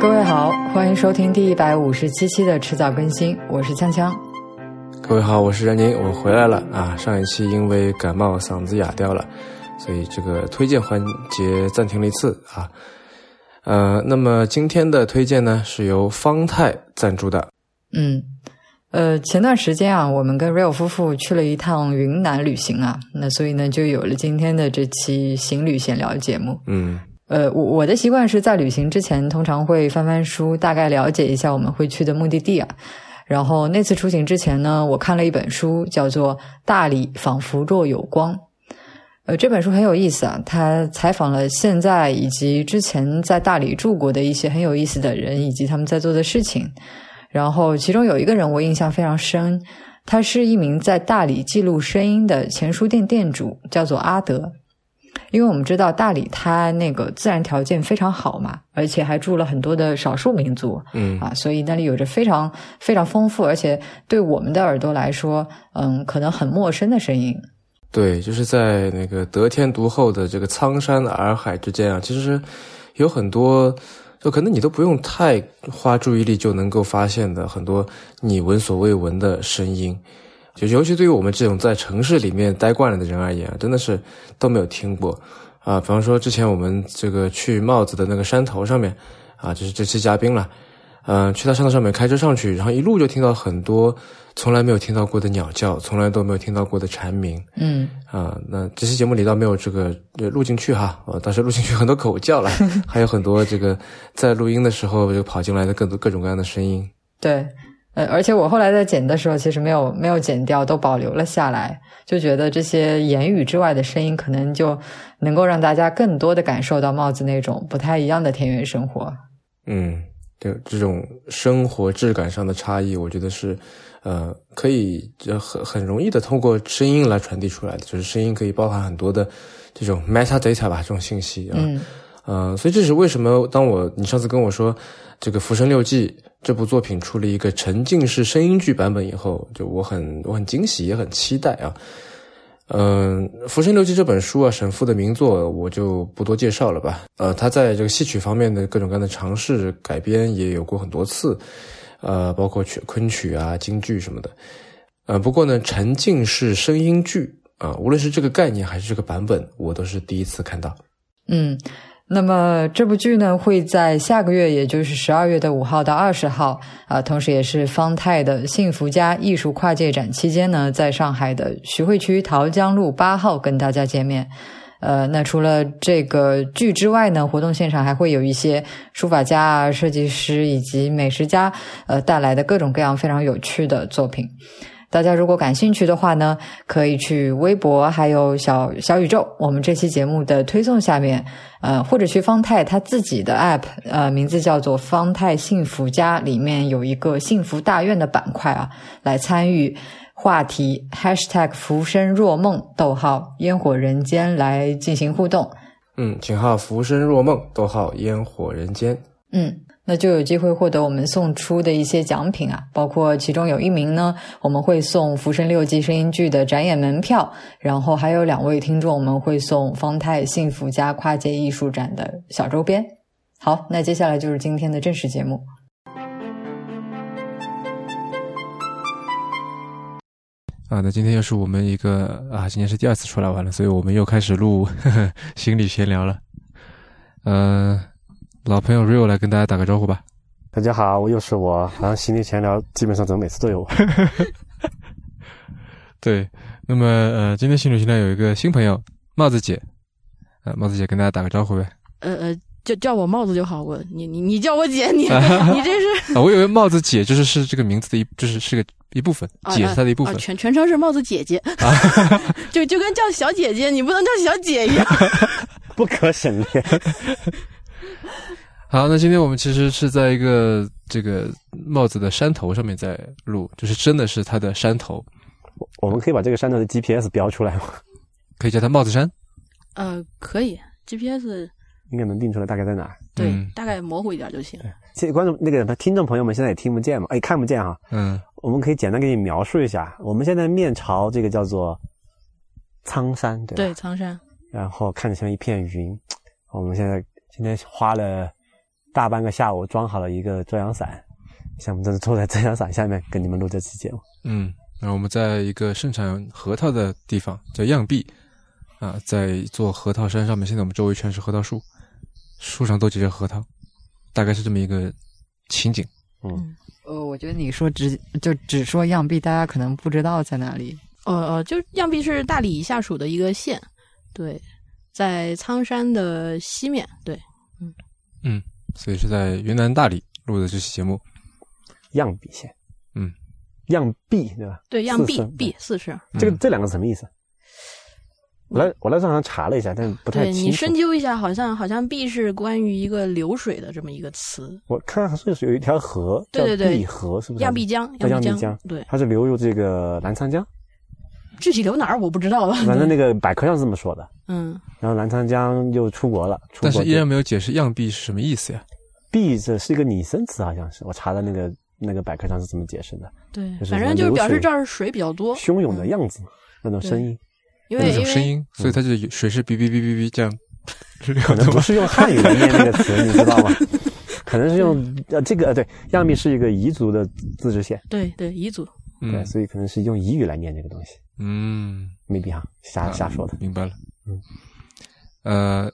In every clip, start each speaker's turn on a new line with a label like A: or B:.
A: 各位好，欢迎收听第一百五十七期的迟早更新，我是锵锵。
B: 各位好，我是任宁，我回来了啊！上一期因为感冒嗓子哑掉了，所以这个推荐环节暂停了一次啊。呃，那么今天的推荐呢，是由方太赞助的。
A: 嗯，呃，前段时间啊，我们跟 Real 夫妇去了一趟云南旅行啊，那所以呢，就有了今天的这期行旅闲聊节目。
B: 嗯
A: 呃，我我的习惯是在旅行之前，通常会翻翻书，大概了解一下我们会去的目的地啊。然后那次出行之前呢，我看了一本书，叫做《大理仿佛若有光》。呃，这本书很有意思啊，它采访了现在以及之前在大理住过的一些很有意思的人，以及他们在做的事情。然后其中有一个人我印象非常深，他是一名在大理记录声音的前书店店主，叫做阿德。因为我们知道大理它那个自然条件非常好嘛，而且还住了很多的少数民族
B: 嗯
A: 啊，所以那里有着非常非常丰富，而且对我们的耳朵来说，嗯，可能很陌生的声音。
B: 对，就是在那个得天独厚的这个苍山洱海之间啊，其实有很多，就可能你都不用太花注意力就能够发现的很多你闻所未闻的声音，就尤其对于我们这种在城市里面待惯了的人而言啊，真的是都没有听过啊。比方说之前我们这个去帽子的那个山头上面啊，就是这期嘉宾了。嗯、去到山头上面开车上去，然后一路就听到很多从来没有听到过的鸟叫，从来都没有听到过的蝉鸣，
A: 嗯，
B: 啊、那这期节目里倒没有这个呃录进去哈，呃，但是录进去很多狗叫了，还有很多这个在录音的时候就跑进来的各种各种各样的声音。
A: 对，呃，而且我后来在剪的时候，其实没有没有剪掉，都保留了下来，就觉得这些言语之外的声音，可能就能够让大家更多的感受到帽子那种不太一样的田园生活。
B: 嗯，对，这种生活质感上的差异，我觉得是，呃，可以这很很容易的通过声音来传递出来的，就是声音可以包含很多的这种 metadata 吧，这种信息啊。
A: 嗯
B: 呃，所以这是为什么？当我你上次跟我说这个《浮生六记》这部作品出了一个沉浸式声音剧版本以后，就我很我很惊喜，也很期待啊。嗯，《浮生六记》这本书啊，沈复的名作，我就不多介绍了吧。呃，他在这个戏曲方面的各种各样的尝试改编也有过很多次，呃，包括曲昆曲啊、京剧什么的。呃，不过呢，沉浸式声音剧啊、无论是这个概念还是这个版本，我都是第一次看到。
A: 嗯，那么这部剧呢会在下个月，也就是十二月的五号到二十号啊，同时也是方太的“幸福家”艺术跨界展期间呢，在上海的徐汇区桃江路八号跟大家见面。呃，那除了这个剧之外呢，活动现场还会有一些书法家啊、设计师以及美食家呃带来的各种各样非常有趣的作品。大家如果感兴趣的话呢，可以去微博还有小小宇宙，我们这期节目的推送下面，呃，或者去方太他自己的 app，呃，名字叫做方太幸福家，里面有一个幸福大院的板块啊，来参与话题 hashtag 浮生若梦，逗号烟火人间来进行互动。
B: 嗯，请号浮生若梦，逗号烟火人间。
A: 嗯，那就有机会获得我们送出的一些奖品啊，包括其中有一名呢，我们会送《浮生六记》声音剧的展演门票，然后还有两位听众，我们会送方太幸福家跨界艺术展的小周边。好，那接下来就是今天的正式节目。
B: 啊，那今天又是我们一个啊，今天是第二次出来玩了，所以我们又开始录 呵呵心理闲聊了。呃，老朋友 Rio 来跟大家打个招呼吧。
C: 大家好，我又是我。好像行李闲聊基本上怎么每次都有我。
B: 对，那么呃，今天心理闲聊有一个新朋友帽子姐，呃，帽子姐跟大家打个招呼呗。
D: 呃呃，叫叫我帽子就好。我你你你叫我姐，你你这是
B: 啊，我以为帽子姐就是是这个名字的一，就是是个一部分，
D: 啊
B: 姐是她的一部
D: 啊
B: 分，
D: 全全称是帽子姐姐， 就就跟叫小姐姐，你不能叫小姐 一样。
C: 不可省略。
B: 好，那今天我们其实是在一个这个帽子的山头上面在录，就是真的是它的山头，
C: 我们可以把这个山头的 GPS 标出来吗？
B: 可以叫它帽子山。
D: 呃，可以，GPS
C: 应该能定出来大概在哪儿。
D: 对、
B: 嗯
D: 大概模糊一点就行。
C: 其实观众那个听众朋友们现在也听不见嘛，哎，看不见哈。
B: 嗯，
C: 我们可以简单给你描述一下，我们现在面朝这个叫做苍山，对吧？
D: 对，苍山，
C: 然后看着像一片云。我们现在今天花了大半个下午装好了一个遮阳伞，像我们这是坐在遮阳伞下面跟你们录这期节目。
B: 嗯，然后我们在一个盛产核桃的地方叫漾濞啊，在一座核桃山上面。现在我们周围全是核桃树，树上都结着核桃，大概是这么一个情景。
A: 呃，我觉得你说只就只说漾濞，大家可能不知道在哪里。
D: 呃呃，就是漾濞是大理下属的一个县，对，在苍山的西面，对，
B: 所以是在云南大理录的这期节目。
C: 漾濞县，
B: 嗯，
C: 漾濞对吧？
D: 对，漾
C: 四
D: 濞
C: 声
D: 濞四是。
C: 这个
B: 嗯
C: 这两个什么意思？我来我来上上查了一下，但不太
D: 对
C: 清
D: 你
C: 楚
D: 深。究一下，好像好像濞是关于一个流水的这么一个词，
C: 我看它是有一条河，叫
D: 对对对
C: 濞河是不是？
D: 漾濞江，
C: 叫
D: 漾
C: 漾濞
D: 濞
C: 江，
D: 对，
C: 它是流入这个澜沧江，
D: 具体流哪儿我不知道了。
C: 反正那个百科上是这么说的。
D: 嗯，
C: 然后澜沧江又出国了，出国
B: 但是
C: 就
B: 依然没有解释漾濞是什么意思呀？
C: 濞这是一个拟声词，好像是我查的那个那个百科上是怎么解释的，
D: 对
C: 就是，
D: 反正就是表示这儿水比较多，嗯
C: 汹涌的样子嘛，那种声音，
D: 因为
B: 那种
D: 因
B: 声
D: 为
B: 音，所以它就有水是哔哔哔哔哔这样， 是这
C: 可
B: 样
C: 能
B: 的
C: 不
B: 吗？
C: 是用汉语来念那个词，你知道吗？可能是用呃这个呃对，漾濞是一个彝族的自治县，
D: 对对彝族，
C: 对，
B: 嗯
C: 所以可能是用彝语来念这个东西
B: 嗯，
C: ，maybe 哈，瞎瞎说的。
B: 明白了。
C: 嗯，
B: 呃，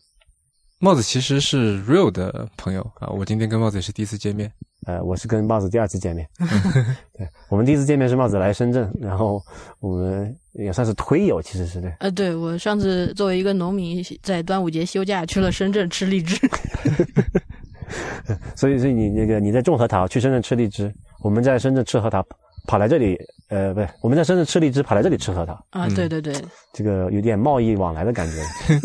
B: 帽子其实是 real 的朋友啊，我今天跟帽子也是第一次见面。
C: 呃，我是跟帽子第二次见面，对我们第一次见面是帽子来深圳，然后我们也算是推友，其实是对，
D: 呃，对我上次作为一个农民，在端午节休假去了深圳吃荔枝，
C: 所以所以你那个你在种核桃，去深圳吃荔枝，我们在深圳吃核桃，跑来这里，呃，不是我们在深圳吃荔枝，跑来这里吃核桃，
D: 啊，
B: 嗯
D: 对对对，
C: 这个有点贸易往来的感觉。
B: 嗯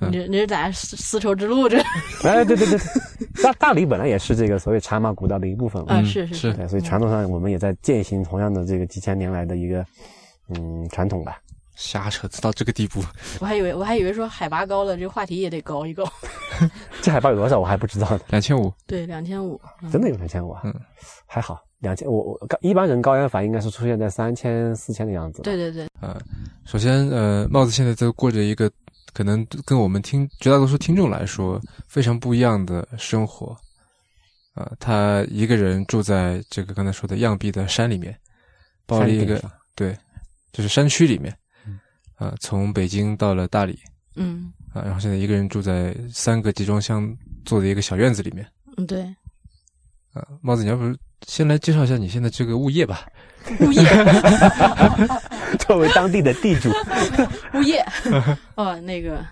D: 你这你是咋丝丝绸之路这
C: 哎，对对对， 大大理本来也是这个所谓茶马古道的一部分嘛，
D: 啊
B: 嗯
D: 是是
B: 是
C: 对，所以传统上我们也在践行同样的这个几千年来的一个嗯传统吧。
B: 瞎扯到这个地步，
D: 我还以为我还以为说海拔高了，这个话题也得高一 高。
C: 这海拔有多少我还不知道呢，
B: 两千五，
D: 对，两千五，
C: 真的有两千五啊？
B: 嗯
C: 还好，两千我我高一般人高原反应该是出现在三千四千的样子。
D: 对，对对，
B: 首先，呃，帽子现在都过着一个可能跟我们听绝大多数听众来说非常不一样的生活，啊、他一个人住在这个刚才说的漾濞的山里面，包了一
C: 山
B: 个
C: 顶上嗯
B: 对，就是山区里面，啊、从北京到了大理
D: 嗯
B: 啊、然后现在一个人住在三个集装箱做的一个小院子里面
D: 嗯对，
B: 啊、帽子，你要不先来介绍一下你现在这个物业吧？
D: 物业
C: 作为当地的地主，
D: 物业，哦那个，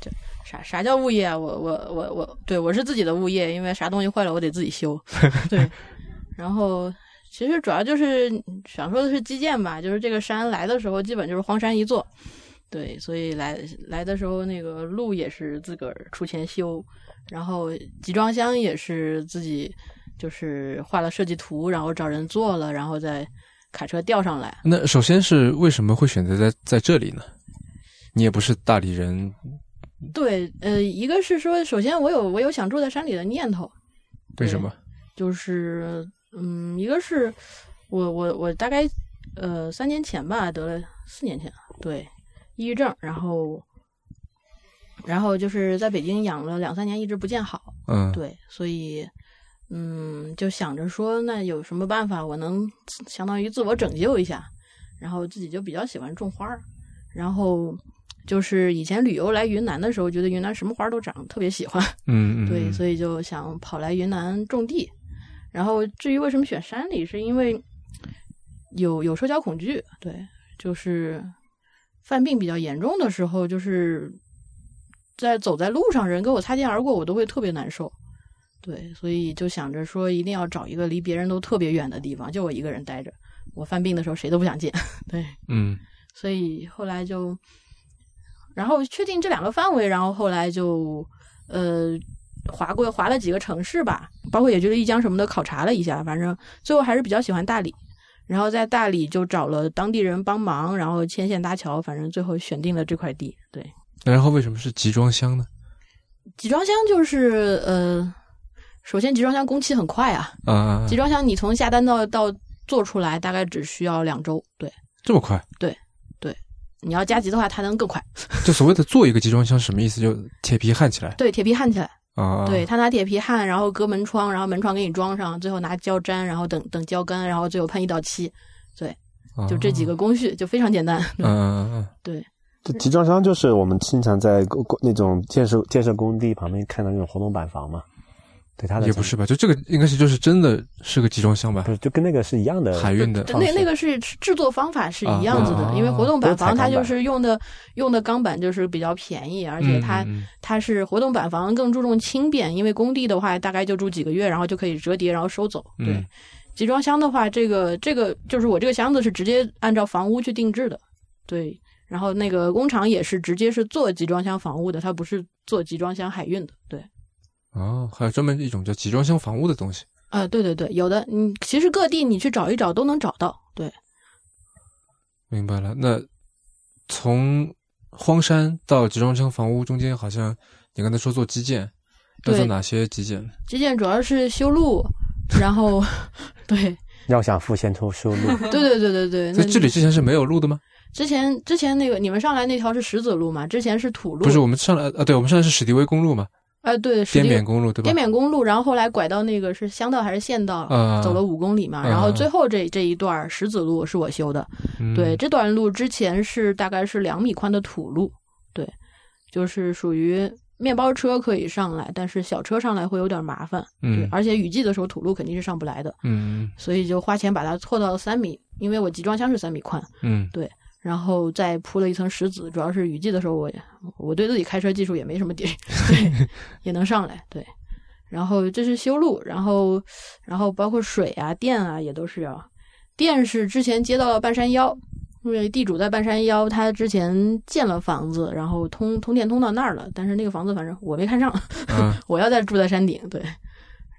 D: 这啥啥叫物业啊？我我我我，对我是自己的物业，因为啥东西坏了我得自己修。对，然后其实主要就是想说的是基建吧，就是这个山来的时候基本就是荒山一座。对，所以来来的时候，那个路也是自个儿出钱修，然后集装箱也是自己就是画了设计图，然后找人做了，然后再卡车吊上来。
B: 那首先是为什么会选择在在这里呢？你也不是大理人，
D: 对，呃，一个是说，首先我有我有想住在山里的念头，
B: 为什么？
D: 就是嗯，一个是我我我大概呃三年前吧，得了四年前对抑郁症，然后然后就是在北京养了两三年，一直不见好，
B: 嗯，
D: 对，所以嗯，就想着说，那有什么办法我能自相当于自我拯救一下？然后自己就比较喜欢种花儿，然后就是以前旅游来云南的时候，觉得云南什么花儿都长，特别喜欢，
B: 嗯，嗯
D: 对，
B: 嗯
D: 所以就想跑来云南种地。然后至于为什么选山里，是因为有有社交恐惧，对，就是犯病比较严重的时候，就是在走在路上，人跟我擦肩而过，我都会特别难受。对，所以就想着说，一定要找一个离别人都特别远的地方，就我一个人待着。我犯病的时候，谁都不想见。 对，
B: 嗯
D: 所以后来就，然后确定这两个范围，然后后来就呃划过划了几个城市吧，包括也就是丽江什么的考察了一下，反正最后还是比较喜欢大理。然后在大理就找了当地人帮忙，然后牵线搭桥，反正最后选定了这块地。对，
B: 那然后为什么是集装箱呢？
D: 集装箱就是呃，首先集装箱工期很快啊，
B: 啊啊，啊
D: 集装箱你从下单到到做出来大概只需要两周，对，
B: 这么快？
D: 你要加急的话它能更快。
B: 就所谓的做一个集装箱是什么意思？就铁皮焊起来，
D: 对，铁皮焊起来。
B: 啊，
D: 对他拿铁皮焊，然后隔门窗，然后门窗给你装上，最后拿胶粘，然后等等胶干，然后最后喷一道漆，
B: 啊
D: 就这几，个工序就非常简 单。
B: 嗯嗯嗯
D: 对，
C: 这集装箱就是我们经常在工工那种建设建设工地旁边看到那种活动板房嘛，对它的
B: 嗯，也不是吧？就这个应该是就是真的是个集装箱吧
C: 不，是就跟那个是一样的
B: 海运的
D: 对，那那个是制作方法是一样子的，
B: 啊
D: 因为活动板房它
C: 都是彩钢板
D: 就是用的用的钢板就是比较便宜，而且它、
B: 嗯嗯嗯
D: 它是活动板房更注重轻便，因为工地的话大概就住几个月，然后就可以折叠然后收走。对，
B: 嗯
D: 集装箱的话，这个这个就是我这个箱子是直接按照房屋去定制的，对。然后那个工厂也是直接是做集装箱房屋的，它不是做集装箱海运的，对。
B: 哦，还有专门一种叫集装箱房屋的东西，
D: 啊，对对对，有的，嗯，其实各地你去找一找都能找到，对。
B: 明白了。那从荒山到集装箱房屋中间，好像你刚才说做基建，要
D: 对
B: 做哪些基建？
D: 基建主要是修路，然后， 对
C: 要想富先出修路，
D: 对对对对对。
B: 在
D: 那
B: 这里之前是没有路的吗？
D: 之前之前那个你们上来那条是石子路嘛？之前是土路，
B: 不是，我们上来啊，对，我们上来是史迪威公路嘛，
D: 哎、对，
B: 滇缅
D: 缅
B: 公路对吧
D: 滇？缅公路，然后后来拐到那个是乡道还是县道，
B: 啊
D: 走了五公里嘛，
B: 啊
D: 然后最后这这一段儿石子路是我修的，
B: 嗯
D: 对，，这段路之前是大概是两米宽的土路，对，就是属于面包车可以上来，但是小车上来会有点麻烦，对
B: 嗯，
D: 而且雨季的时候土路肯定是上不来的，
B: 嗯
D: 所以就花钱把它拓到三米，因为我集装箱是三米宽，
B: 嗯
D: 然后再铺了一层石子，主要是雨季的时候我，我对自己开车技术也没什么底， 对，也能上来，对。然后这是修路，然后然后包括水啊、电啊也都是要。电是之前接到了半山腰，因为地主在半山腰，他之前建了房子，然后通通电通到那儿了，但是那个房子反正我没看上，
B: 嗯啊
D: 我要再住在山顶，对。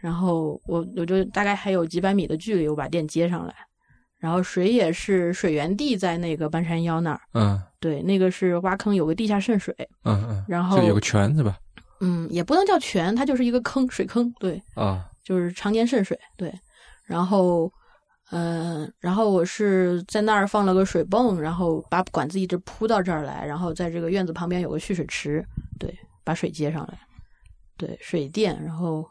D: 然后我我就大概还有几百米的距离，我把电接上来。然后水也是水源地在那个半山腰那儿，
B: 嗯
D: 对，那个是挖坑有个地下渗水，
B: 嗯嗯，
D: 然
B: 这
D: 后
B: 里有个泉是吧？
D: 嗯也不能叫泉，它就是一个坑，水坑，对，
B: 啊，
D: 就是常年渗水，对。然后，嗯、然后我是在那儿放了个水泵，然后把管子一直铺到这儿来，然后在这个院子旁边有个蓄水池，对，把水接上来，对，水电，然后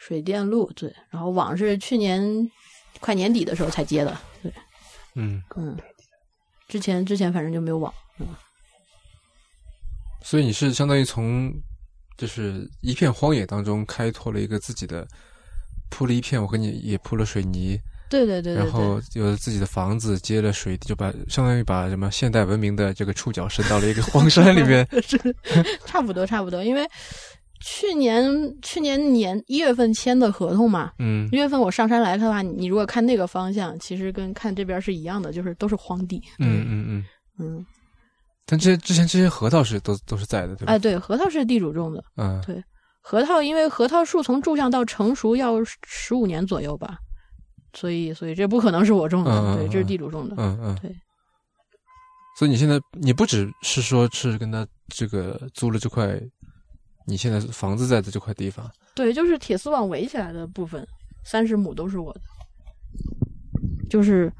D: 水电路，对，然后网是去年快年底的时候才接的，对，
B: 嗯，
D: 嗯，之前之前反正就没有网，
B: 所以你是相当于从就是一片荒野当中开拓了一个自己的，铺了一片，我跟你也铺了水泥，
D: 对对对对对，
B: 然后有了自己的房子，接了水，就把相当于把什么现代文明的这个触角伸到了一个 荒山里 面
D: 差不多差不多，因为去年去年年一月份签的合同嘛，
B: 嗯
D: 一月份我上山来的话，你你如果看那个方向，其实跟看这边是一样的，就是都是荒地。
B: 嗯嗯嗯，
D: 嗯，
B: 但这些之前这些核桃是都都是在的，对吧？
D: 哎，对，核桃是地主种的，
B: 嗯
D: 对核桃因为核桃树从种上到成熟要十五年左右吧，所以所以这不可能是我种的，
B: 嗯嗯
D: 对，
B: 嗯
D: 这是地主种的。
B: 嗯嗯，
D: 对。
B: 所以你现在你不只是说是跟他这个租了这块你现在房子在的这块地方，
D: 对，就是铁丝网围起来的部分，三十亩都是我的。就是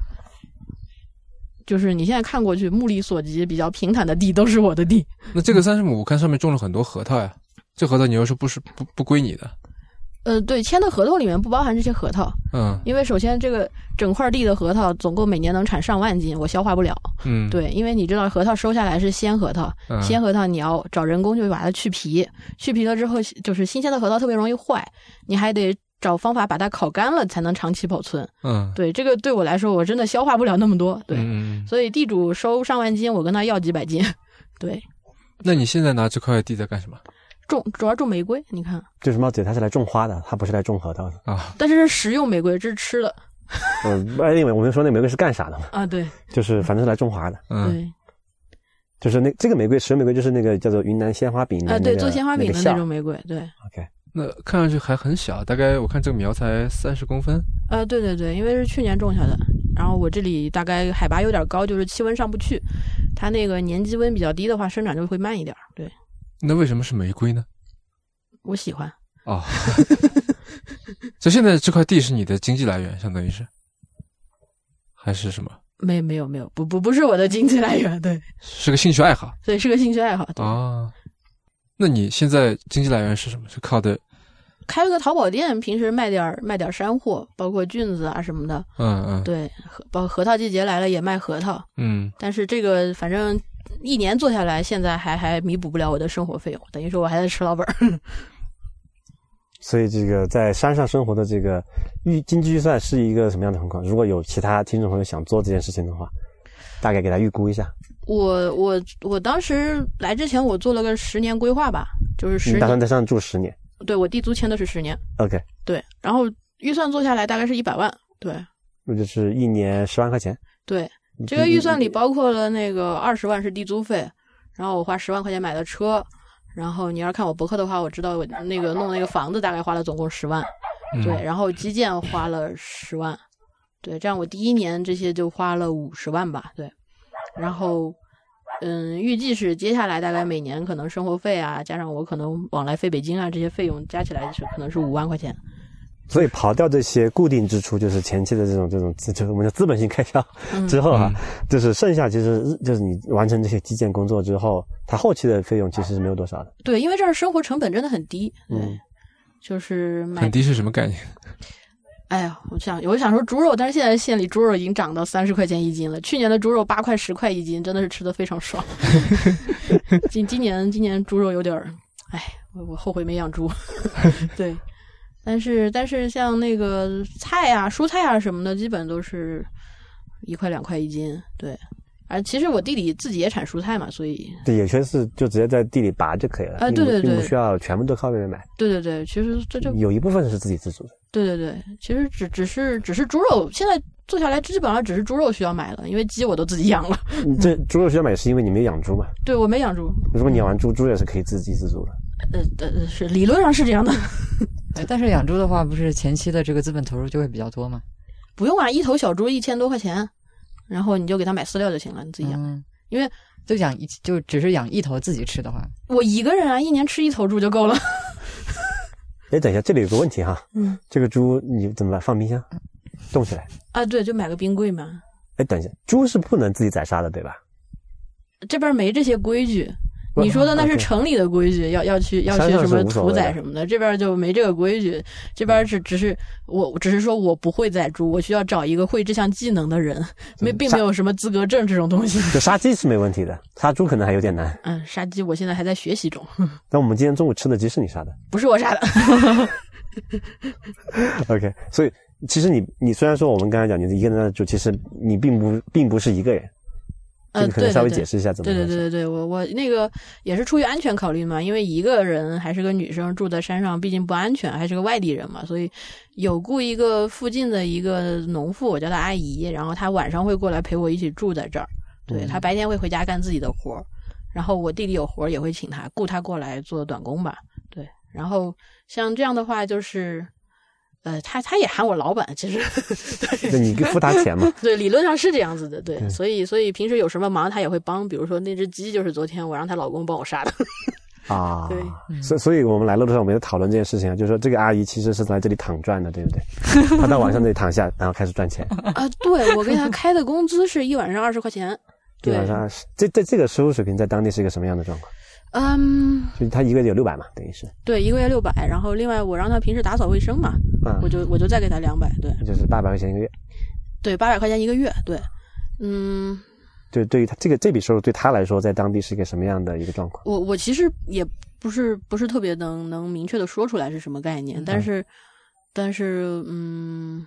D: 就是你现在看过去，目力所及比较平坦的地都是我的地。
B: 那这个三十亩，我看上面种了很多核桃呀。这核桃你又说不是不不归你的，
D: 呃，对，签的合同里面不包含这些核桃，
B: 嗯
D: 因为首先这个整块地的核桃总共每年能产上万斤，我消化不了。
B: 嗯，
D: 对，因为你知道核桃收下来是鲜核桃，
B: 嗯，
D: 鲜核桃你要找人工就把它去皮，去皮了之后就是新鲜的核桃特别容易坏，你还得找方法把它烤干了才能长期保存。
B: 嗯，
D: 对，这个对我来说我真的消化不了那么多。对，
B: 嗯嗯嗯
D: 所以地主收上万斤，我跟他要几百斤。对，
B: 那你现在拿这块地在干什么
D: 种主要种玫瑰，你看，
C: 就是猫姐她是来种花的，她不是来种核桃的。
B: 啊？
D: 但是是食用玫瑰，这是吃的
C: 呃，因为我们说那玫瑰是干啥的嘛？
D: 啊。对
C: 就是反正是来种花的，
B: 嗯，
D: 对
C: 就是那这个玫瑰，食用玫瑰就是那个叫做云南鲜花饼的、那
D: 啊，
C: 个
D: 对做鲜花饼的
C: 那
D: 那
C: 个馅儿。
D: 种玫瑰，对。
B: 那看上去还很小，大概我看这个苗才三十公分，
D: 呃，对对对，因为是去年种下的，然后我这里大概海拔有点高，就是气温上不去，它那个年积温比较低的话，生长就会慢一点儿。对
B: 那为什么是玫瑰呢？
D: 我喜欢，
B: 哦， 所以现在这块地是你的经济来源，相当于是，还是什么？
D: 没没有没有，不不不是我的经济来源，对，
B: 是个兴趣爱好
D: 所以是个兴趣爱好。对，
B: 啊？那你现在经济来源是什么？是靠的，
D: 开了个淘宝店，平时卖点儿卖点儿山货，包括菌子啊什么的。
B: 嗯嗯
D: 对，核包括核桃季节来了也卖核桃，
B: 嗯，
D: 但是这个反正一年做下来，现在还还弥补不了我的生活费用，等于说我还在吃老本儿。
C: 所以这个在山上生活的这个预经济预算是一个什么样的情况？如果有其他听众朋友想做这件事情的话，大概给他预估一下。
D: 我我我当时来之前，我做了个十年规划吧，就是十
C: 你打
D: 年，
C: 算嗯在山上住十年
D: 对我地租签的是十年，
C: ？OK，
D: 对，然后预算做下来大概是一百万，对
C: 那就是一年十万块钱。
D: 对，这个预算里包括了那个二十万是地租费，然后我花十万块钱买的车，然后你要是看我博客的话，我知道我那个弄那个房子大概花了总共十万，
B: 嗯
D: 对，，然后基建花了十万，对，这样我第一年这些就花了五十万吧，对，然后。嗯，预计是接下来大概每年可能生活费啊，加上我可能往来飞北京啊这些费用加起来是可能是五万块钱。
C: 所以刨掉这些固定支出，就是前期的这种这种，就是我们的资本性开销
D: 嗯
C: 之后啊，就是剩下其实就是你完成这些基建工作之后，它后期的费用其实是没有多少的。
D: 对，因为这儿生活成本真的很低，对，
C: 嗯
D: 就是买
B: 很低是什么概念？
D: 哎呀，我想我想说猪肉，但是现在县里猪肉已经涨到三十块钱一斤了。去年的猪肉八块十块一斤，真的是吃的非常爽。今今年今年猪肉有点儿，哎，我我后悔没养猪。对，但是但是像那个菜啊、蔬菜啊什么的，基本都是一块两块一斤。对，而其实我弟弟自己也产蔬菜嘛，所以
C: 对，有些是就直接在地里拔就可以了，并
D: 啊
C: 不
D: 对对对
C: 并不需要全部都靠外面买。
D: 对对对，其实这就
C: 有一部分是自给自足的。
D: 对对对，其实只只是只是猪肉，现在做下来基本上只是猪肉需要买了，因为鸡我都自己养了。
C: 你这猪肉需要买是因为你没养猪嘛？
D: 对我没养猪，
C: 如果你养完猪，猪也是可以自给自足的。
D: 呃呃是理论上是这样的，
A: 哎但是养猪的话，不是前期的这个资本投入就会比较多吗？
D: 不用啊，一头小猪一千多块钱，然后你就给它买饲料就行了，你自己养。
A: 嗯，
D: 因为
A: 就养一就只是养一头自己吃的话，
D: 我一个人啊，一年吃一头猪就够了。
C: 哎，等一下，这里有个问题哈，
D: 嗯
C: 这个猪你怎么办？放冰箱，冻起来。
D: 啊，对，就买个冰柜嘛，
C: 哎，等一下，猪是不能自己宰杀的，对吧？
D: 这边没这些规矩。
C: 不
D: 你说的那
C: 啊对
D: 是城里的规矩，要要去要
C: 山
D: 去
C: 上
D: 什
C: 是
D: 么
C: 无所
D: 屠
C: 谓的
D: 宰什么的，这边就没这个规矩。这边是只是我只是说我不会宰猪，我需要找一个会这项技能的人，
C: 嗯
D: 没并没有什么资格证这种东西。
C: 就杀鸡是没问题的，杀猪可能还有点难。
D: 嗯，杀鸡我现在还在学习中，
C: 但我们今天中午吃的鸡是你杀的
D: 不是我杀的。
C: ，OK？所以其实你你虽然说我们刚才讲你一个人在住，其实你并不并不是一个人，这
D: 呃，
C: 个可
D: 对
C: 能稍
D: 对
C: 微
D: 对
C: 解。释一下怎么
D: 对
C: 回
D: 对
C: 事。
D: 对对对，我我那个也是出于安全考虑嘛，因为一个人还是个女生住在山上，毕竟不安全，还是个外地人嘛，所以有雇一个附近的一个农妇，我叫她阿姨，然后她晚上会过来陪我一起住在这儿，对
C: 嗯
D: 她白天会回家干自己的活儿，然后我弟弟有活儿也会请她雇她过来做短工吧，对，然后像这样的话就是，呃，她她也喊我老板，其实 对
C: 那你付他钱 嘛？
D: 对，理论上是这样子的，对，
C: 对
D: 所以所以平时有什么忙，她也会帮，比如说那只鸡就是昨天我让她老公帮我杀的，
C: 啊，
D: 对
C: 所以所以我们来路上我们也讨论这件事情啊，就是说这个阿姨其实是来这里躺赚的，对不对？她到晚上这里躺下，然后开始赚 钱，
D: 啊，对我给她开的工资是一晚上二十块 钱，
C: 一
D: 对
C: 晚，上20这这这个收入水平在当地是一个什么样的状况？
D: 嗯，
C: 就是她一个月有六百嘛，等于是，
D: 对，一个月六百，然后另外我让她平时打扫卫生嘛，
C: 啊
D: 我，就我就再给她两百，对
C: 就是八百块钱一个月，
D: 对，八百块钱一个月，对，嗯，
C: 就是对于她这个这笔收入对她来说，在当地是一个什么样的一个状况？
D: 我我其实也不是不是特别能能明确的说出来是什么概
C: 嗯
D: 念，但是、但是嗯，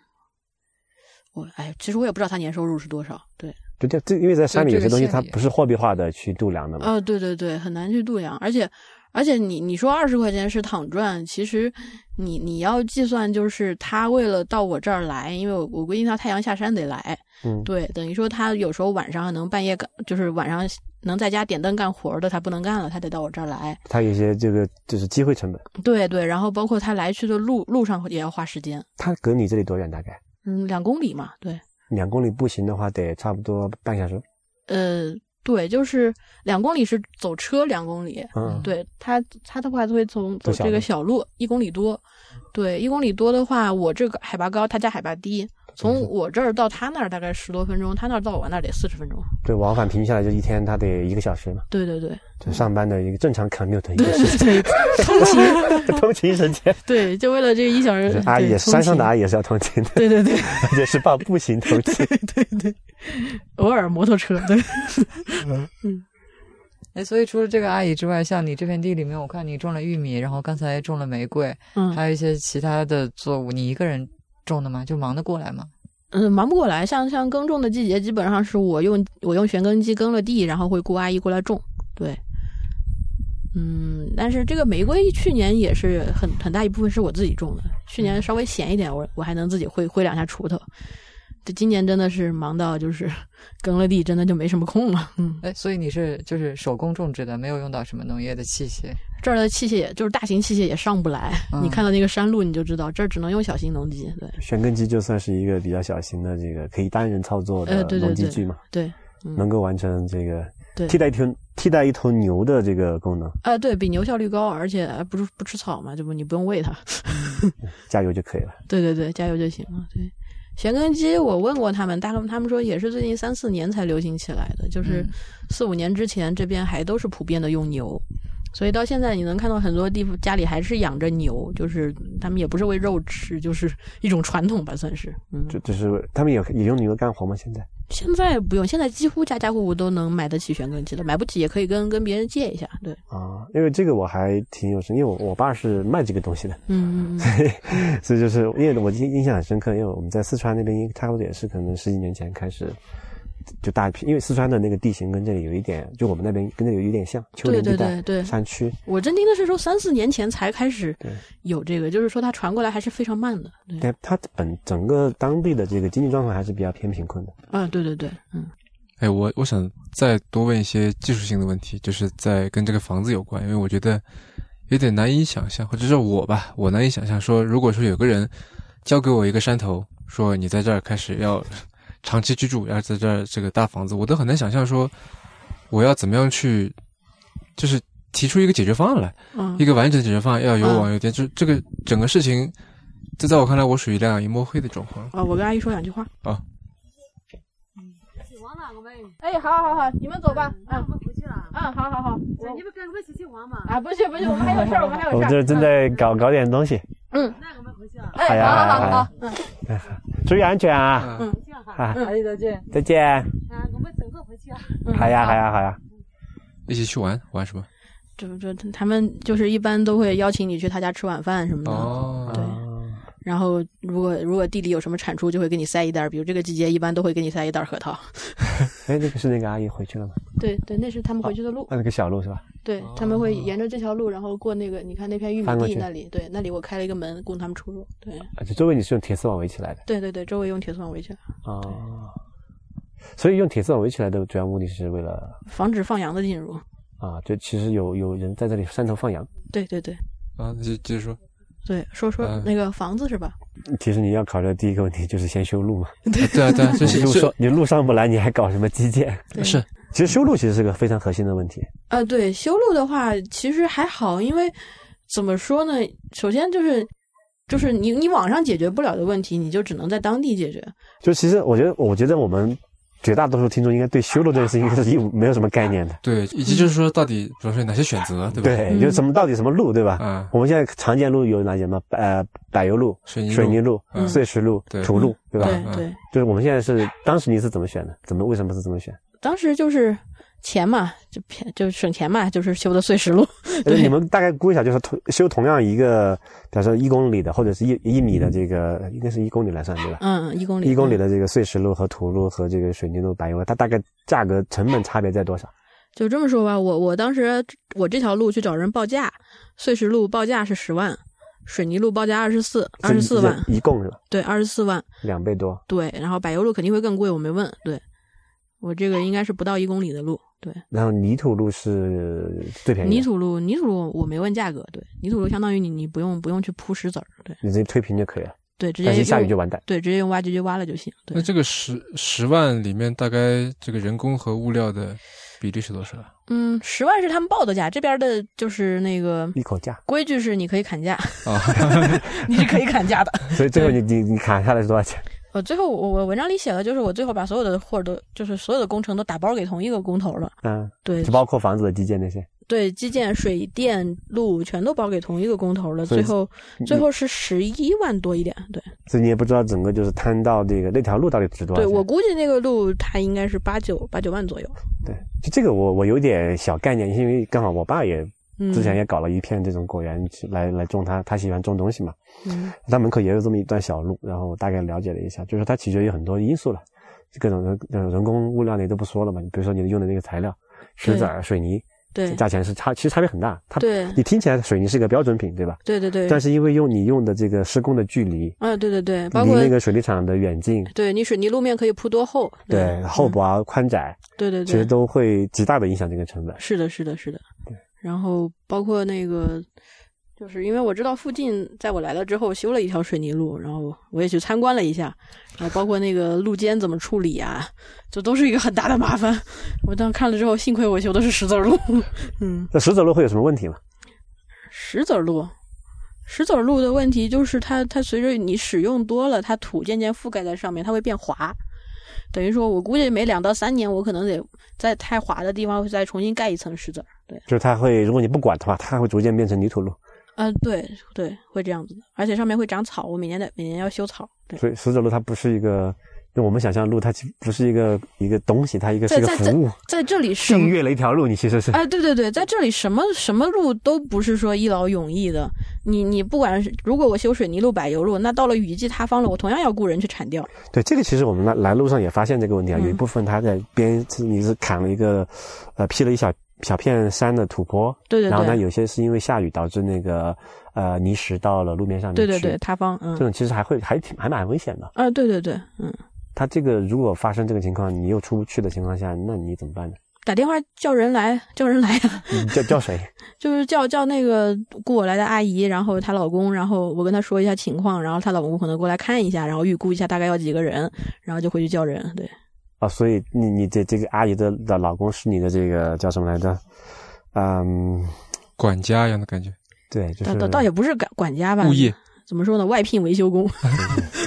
D: 我哎，其实我也不知道她年收入是多少，对。
C: 就这这，因为在山里
A: 就
C: 有
A: 这
C: 些
A: 个
C: 东西
A: 县
C: 它
A: 里
C: 不是货币化的去度量的嘛，
D: 啊，对对对，很难去度量，而且而且你你说二十块钱是躺赚，其实你你要计算就是他为了到我这儿来，因为我我规定他太阳下山得来，
C: 嗯，
D: 对，等于说他有时候晚上能半夜干，就是晚上能在家点灯干活儿的，他不能干了，他得到我这儿来，
C: 它有一些这个就是机会成本。
D: 对对，然后包括他来去的路路上也要花时间，
C: 它隔你这里多远？大概
D: 嗯，两公里嘛，对，
C: 两公里步行的话，得差不多半小时。嗯
D: 呃，对，就是两公里是走车两公里，
C: 嗯，
D: 对他，他的话就会从走
C: 走小
D: 这个
C: 路
D: 小路一公里多，对一公里多的话，我这个海拔高，他家海拔低，从我这儿到他那儿大概十多分钟，他那儿到我那儿得四十分钟。
C: 对，往返平均下来就一天，他得一个小时嘛，
D: 对对 对，
C: 就上班的一个正常 commute 一个时间，
D: 对通勤，
C: 通勤时间。
D: 对，就为了这一小时，
C: 阿
D: 嗯对
C: 姨也是山上的，
D: 通
C: 阿姨也是要通勤的，
D: 勤对对对，
C: 而且是报步行通勤。
D: 偶尔摩托车，对，
A: 哎，所以除了这个阿姨之外，像你这片地里面，我看你种了玉米，然后刚才种了玫瑰，
D: 嗯
A: 还有一些其他的作物，你一个人种的吗？就忙得过来吗？
D: 嗯，忙不过来。像像耕种的季节，基本上是我用我用旋耕机耕了地，然后会雇阿姨过来种。对，嗯，但是这个玫瑰去年也是很很大一部分是我自己种的。去年稍微闲一点，我我还能自己挥挥两下锄头。这今年真的是忙到就是 耕了地，真的就没什么空了。嗯，
A: 哎，所以你是就是手工种植的，没有用到什么农业的器械。
D: 这儿的器械也就是大型器械也上不来，
A: 嗯
D: 你看到那个山路你就知道，这儿只能用小型农机。对
C: 旋耕机就算是一个比较小型的这个可以单人操作的
D: 呃对对
C: 农机
D: 对
C: 具嘛，
D: 对，嗯
C: 能够完成这个
D: 对
C: 替代一头替代一头牛的这个功能，
D: 啊、对比牛效率高，而且呃不是不吃草嘛，这不你不用喂它。
C: 加油就可以了。
D: 对对对，加油就行了。对，旋耕机我问过他们，大概他们说也是最近三四年才流行起来的，就是
A: 嗯
D: 四五年之前这边还都是普遍的用牛，所以到现在你能看到很多地方家里还是养着牛，就是他们也不是为肉吃，就是 一种传统吧，算是。嗯，
C: 就就是他们也也用牛干活吗？现在
D: 现在不用，现在几乎家家户户都能买得起旋耕机了，买不起也可以跟跟别人借一下。对，
C: 啊，因为这个我还挺有深，因为我我爸是卖这个东西的，
D: 嗯嗯嗯，
C: 所以就是因为我印印象很深刻，因为我们在四川那边，应差不多也是可能十几年前开始。就大批，因为四川的那个地形跟这里有一点，就我们那边跟这里有一点像，丘陵
D: 对
C: 地
D: 对
C: 带、
D: 对对，
C: 山区，
D: 我真听的是说三四年前才开始
C: 对
D: 有这个，就是说它传过来还是非常慢的。对，
C: 但它本整个当地的这个经济状况还是比较偏贫困的。
D: 啊，对对对，嗯
B: 哎，我我想再多问一些技术性的问题，就是在跟这个房子有关，因为我觉得有点难以想象，或者是我吧，我难以想象说，如果说有个人交给我一个山头，说你在这儿开始要长期居住，要在这儿这个大房子，我都很难想象说我要怎么样去，就是提出一个解决方案来，
D: 嗯
B: 一个完整的解决方案要有网
D: 嗯
B: 有电，就这个整个事情，这在我看来，我属于两眼一摸黑的状况。
D: 啊，我跟阿姨说两句话。
B: 啊。
E: 往哪个呗？
D: 哎，好好好，你们走吧。
E: 那我们回去了。
D: 嗯，好好好。
E: 你们赶快去去玩嘛。
D: 啊，不去不去，我们还有事儿，我们还
C: 我们这正在搞
D: 嗯
C: 搞点东西，
E: 那我们回去了。
C: 哎
D: 哎，
C: 呀
D: 好好
C: 哎
D: 好
C: 呀
D: 好，
C: 注意安全啊！
B: 嗯
E: 回去了哈。
C: 啊，
A: 阿姨再见。
C: 再见！
E: 啊，我们整个回去了。
C: 好呀，好呀，好呀！
B: 一起去玩玩什么？
D: 这这他们就是一般都会邀请你去他家吃晚饭什么的。
B: 哦，
D: 对然后如果如果地里有什么产出，就会给你塞一袋儿，比如这个季节一般都会给你塞一袋儿核桃。
C: 哎，那个是那个阿姨回去了吗？
D: 对对，那是他们回去的路。
C: 啊，那个小路是吧？
D: 对他们会沿着这条路，然后过那个你看那片玉米
C: 翻过
D: 地
C: 去
D: 那里，对，那里我开了一个门供他们出入。对
C: 啊，就周围你是用铁丝网围起来的
D: 对对对，周围用铁丝网围起来，
C: 啊。所以用铁丝网围起来的主要目的是为了
D: 防止放羊的进入。
C: 啊，就其实有有人在这里山头放羊，
D: 对对对
B: 啊，那就接着说。
D: 对，说说
B: 嗯
D: 那个房子是吧？
C: 其实你要考虑的第一个问题就是先修路嘛。
B: 对啊，对 啊，这
C: 你
B: 是
C: 路
B: 这
C: 上你路上不来，你还搞什么基建？
D: 对
B: 是
C: 其实修路其实是个非常核心的问题。
D: 呃，对，修路的话其实还好，因为怎么说呢？首先就是就是你你网上解决不了的问题，你就只能在当地解决。
C: 就其实我觉得，我觉得我们绝大多数听众应该对修路这件事情是一无没有什么概念的。
B: 对，以及就是说到底，比方说有哪些选择，对吧？
C: 对，
D: 嗯
C: 就是什么到底什么路，对吧？
B: 啊，
C: 我们现在常见路有哪些嘛？呃，柏油路、
B: 水泥
C: 水泥路、
D: 嗯
C: 碎石路
B: 对、
C: 土路，对吧？
D: 对
B: 嗯
D: 对，
C: 就是我们现在是当时你是怎么选的？怎么为什么是这么选？
D: 当时就是钱嘛，就便就省钱嘛，就是修的碎石路。对
C: 你们大概估一下，就是同修同样一个，比方说一公里的或者是一一米的这个，应该是一公里来算，对吧？
D: 嗯，一公里
C: 一公里
D: 嗯
C: 的这个碎石路和土路和这个水泥路、柏油路，它大概价格成本差别在多少？
D: 就这么说吧，我我当时我这条路去找人报价，碎石路报价是十万，水泥路报价二十四，二十四万，
C: 这一共是吧？
D: 对，二十四万，
C: 两倍多。
D: 对，然后柏油路肯定会更贵，我没问，对，我这个应该是不到一公里的路，对，
C: 然后泥土路是最便宜的，
D: 泥土路泥土路我没问价格，对，泥土路相当于你你不用不用去铺石子儿，对
C: 你直接推平就可以了，
D: 对，直接
C: 但是下雨就嗯
D: 用
C: 完蛋。
D: 对，直接用挖掘机挖了就行，
B: 那
D: 对，
B: 这个十十万里面，大概这个人工和物料的比例是多少？啊
D: 嗯，十万是他们报的价，这边的就是那个
C: 一口价，
D: 规矩是你可以砍价，
B: 啊，
D: 你是可以砍价的，
C: 所以最后你你你砍下来是多少钱？
D: 呃，最后我我文章里写的就是我最后把所有的货都就是所有的工程都打包给同一个工头了，
C: 嗯，
D: 对
C: 只包括房子的基建那些。
D: 对，基建、水电、路全都包给同一个工头了，
C: 所以
D: 最后最后是十一万多一点，对
C: 所以你也不知道整个就是摊到这个那条路到底值多少
D: 对，
C: 钱。
D: 我估计那个路它应该是八九八九万左右，
C: 对，就这个我我有点小概念，因为刚好我爸也
D: 嗯，
C: 之前也搞了一片这种果园去来来种他他喜欢种东西嘛，
D: 嗯
C: 他门口也有这么一段小路，然后我大概了解了一下，就是它取决于很多因素了，就各种人呃人工物料那都不说了嘛，你比如说你用的那个材料，石子儿、水泥，
D: 对
C: 价钱是差，其实差别很大。它
D: 对
C: 你听起来水泥是个标准品，对吧？
D: 对对对，
C: 但是因为用你用的这个施工的距离，
D: 啊对对对，包
C: 离
D: 括
C: 那个水泥厂的远近，
D: 对你水泥路面可以铺多厚，
C: 对厚
D: 嗯
C: 薄、宽窄，
D: 对对对，
C: 其实都会极大的影响这个成本。
D: 是的，是的，是的。然后包括那个，就是因为我知道附近，在我来了之后修了一条水泥路，然后我也去参观了一下，然后包括那个路肩怎么处理啊，这都是一个很大的麻烦。我当时看了之后，幸亏我修的是石子儿路，嗯，
C: 那石子路会有什么问题吗？
D: 石子儿路。石子儿路的问题就是它，它随着你使用多了，它土渐渐覆盖在上面，它会变滑。等于说，我估计每两到三年，我可能得在太滑的地方再重新盖一层石子儿。对，
C: 就是它会，如果你不管的话，它会逐渐变成泥土路。
D: 嗯，对对，会这样子的，而且上面会长草，我每年得每年要修草。对，
C: 所以石子路它不是一个，用我们想象的路，它其实不是一个一个东西，它一个是
D: 在
C: 一个
D: 在在
C: 服务。
D: 在这里什
C: 订
D: 么？
C: 阅了一条路，你其实是
D: 哎，对对对，在这里什么什么路都不是说一劳永逸的。你你不管是如果我修水泥路、柏油路，那到了雨季塌方了，我同样要雇人去铲掉。
C: 对这个，其实我们来来路上也发现这个问题啊，
D: 嗯
C: 有一部分它在边是你是砍了一个，呃，劈了一小小片山的土坡，
D: 对对
C: 然后呢，
D: 对，
C: 有些是因为下雨导致那个呃泥石到了路面上面
D: 对
C: 去，
D: 对对，，塌方，嗯
C: 这，种其实还会还挺还蛮危险的。
D: 啊，对对对，嗯，
C: 它这个如果发生这个情况，你又出不去的情况下，那你怎么 办呢？
D: 打电话叫人来，叫人来呀、
C: 你叫叫谁？
D: 就是叫叫那个雇我来的阿姨，然后她老公，然后我跟她说一下情况，然后她老公可能过来看一下，然后预估一下大概要几个人，然后就回去叫人。对，
C: 啊，所以你你这这个阿姨的的老公是你的这个叫什么来着？嗯，
B: 管家一样的感觉，
C: 对，就
D: 倒
C: 是
D: 倒倒也不是管管家吧，
B: 物业
D: 怎么说呢？外聘维 修工，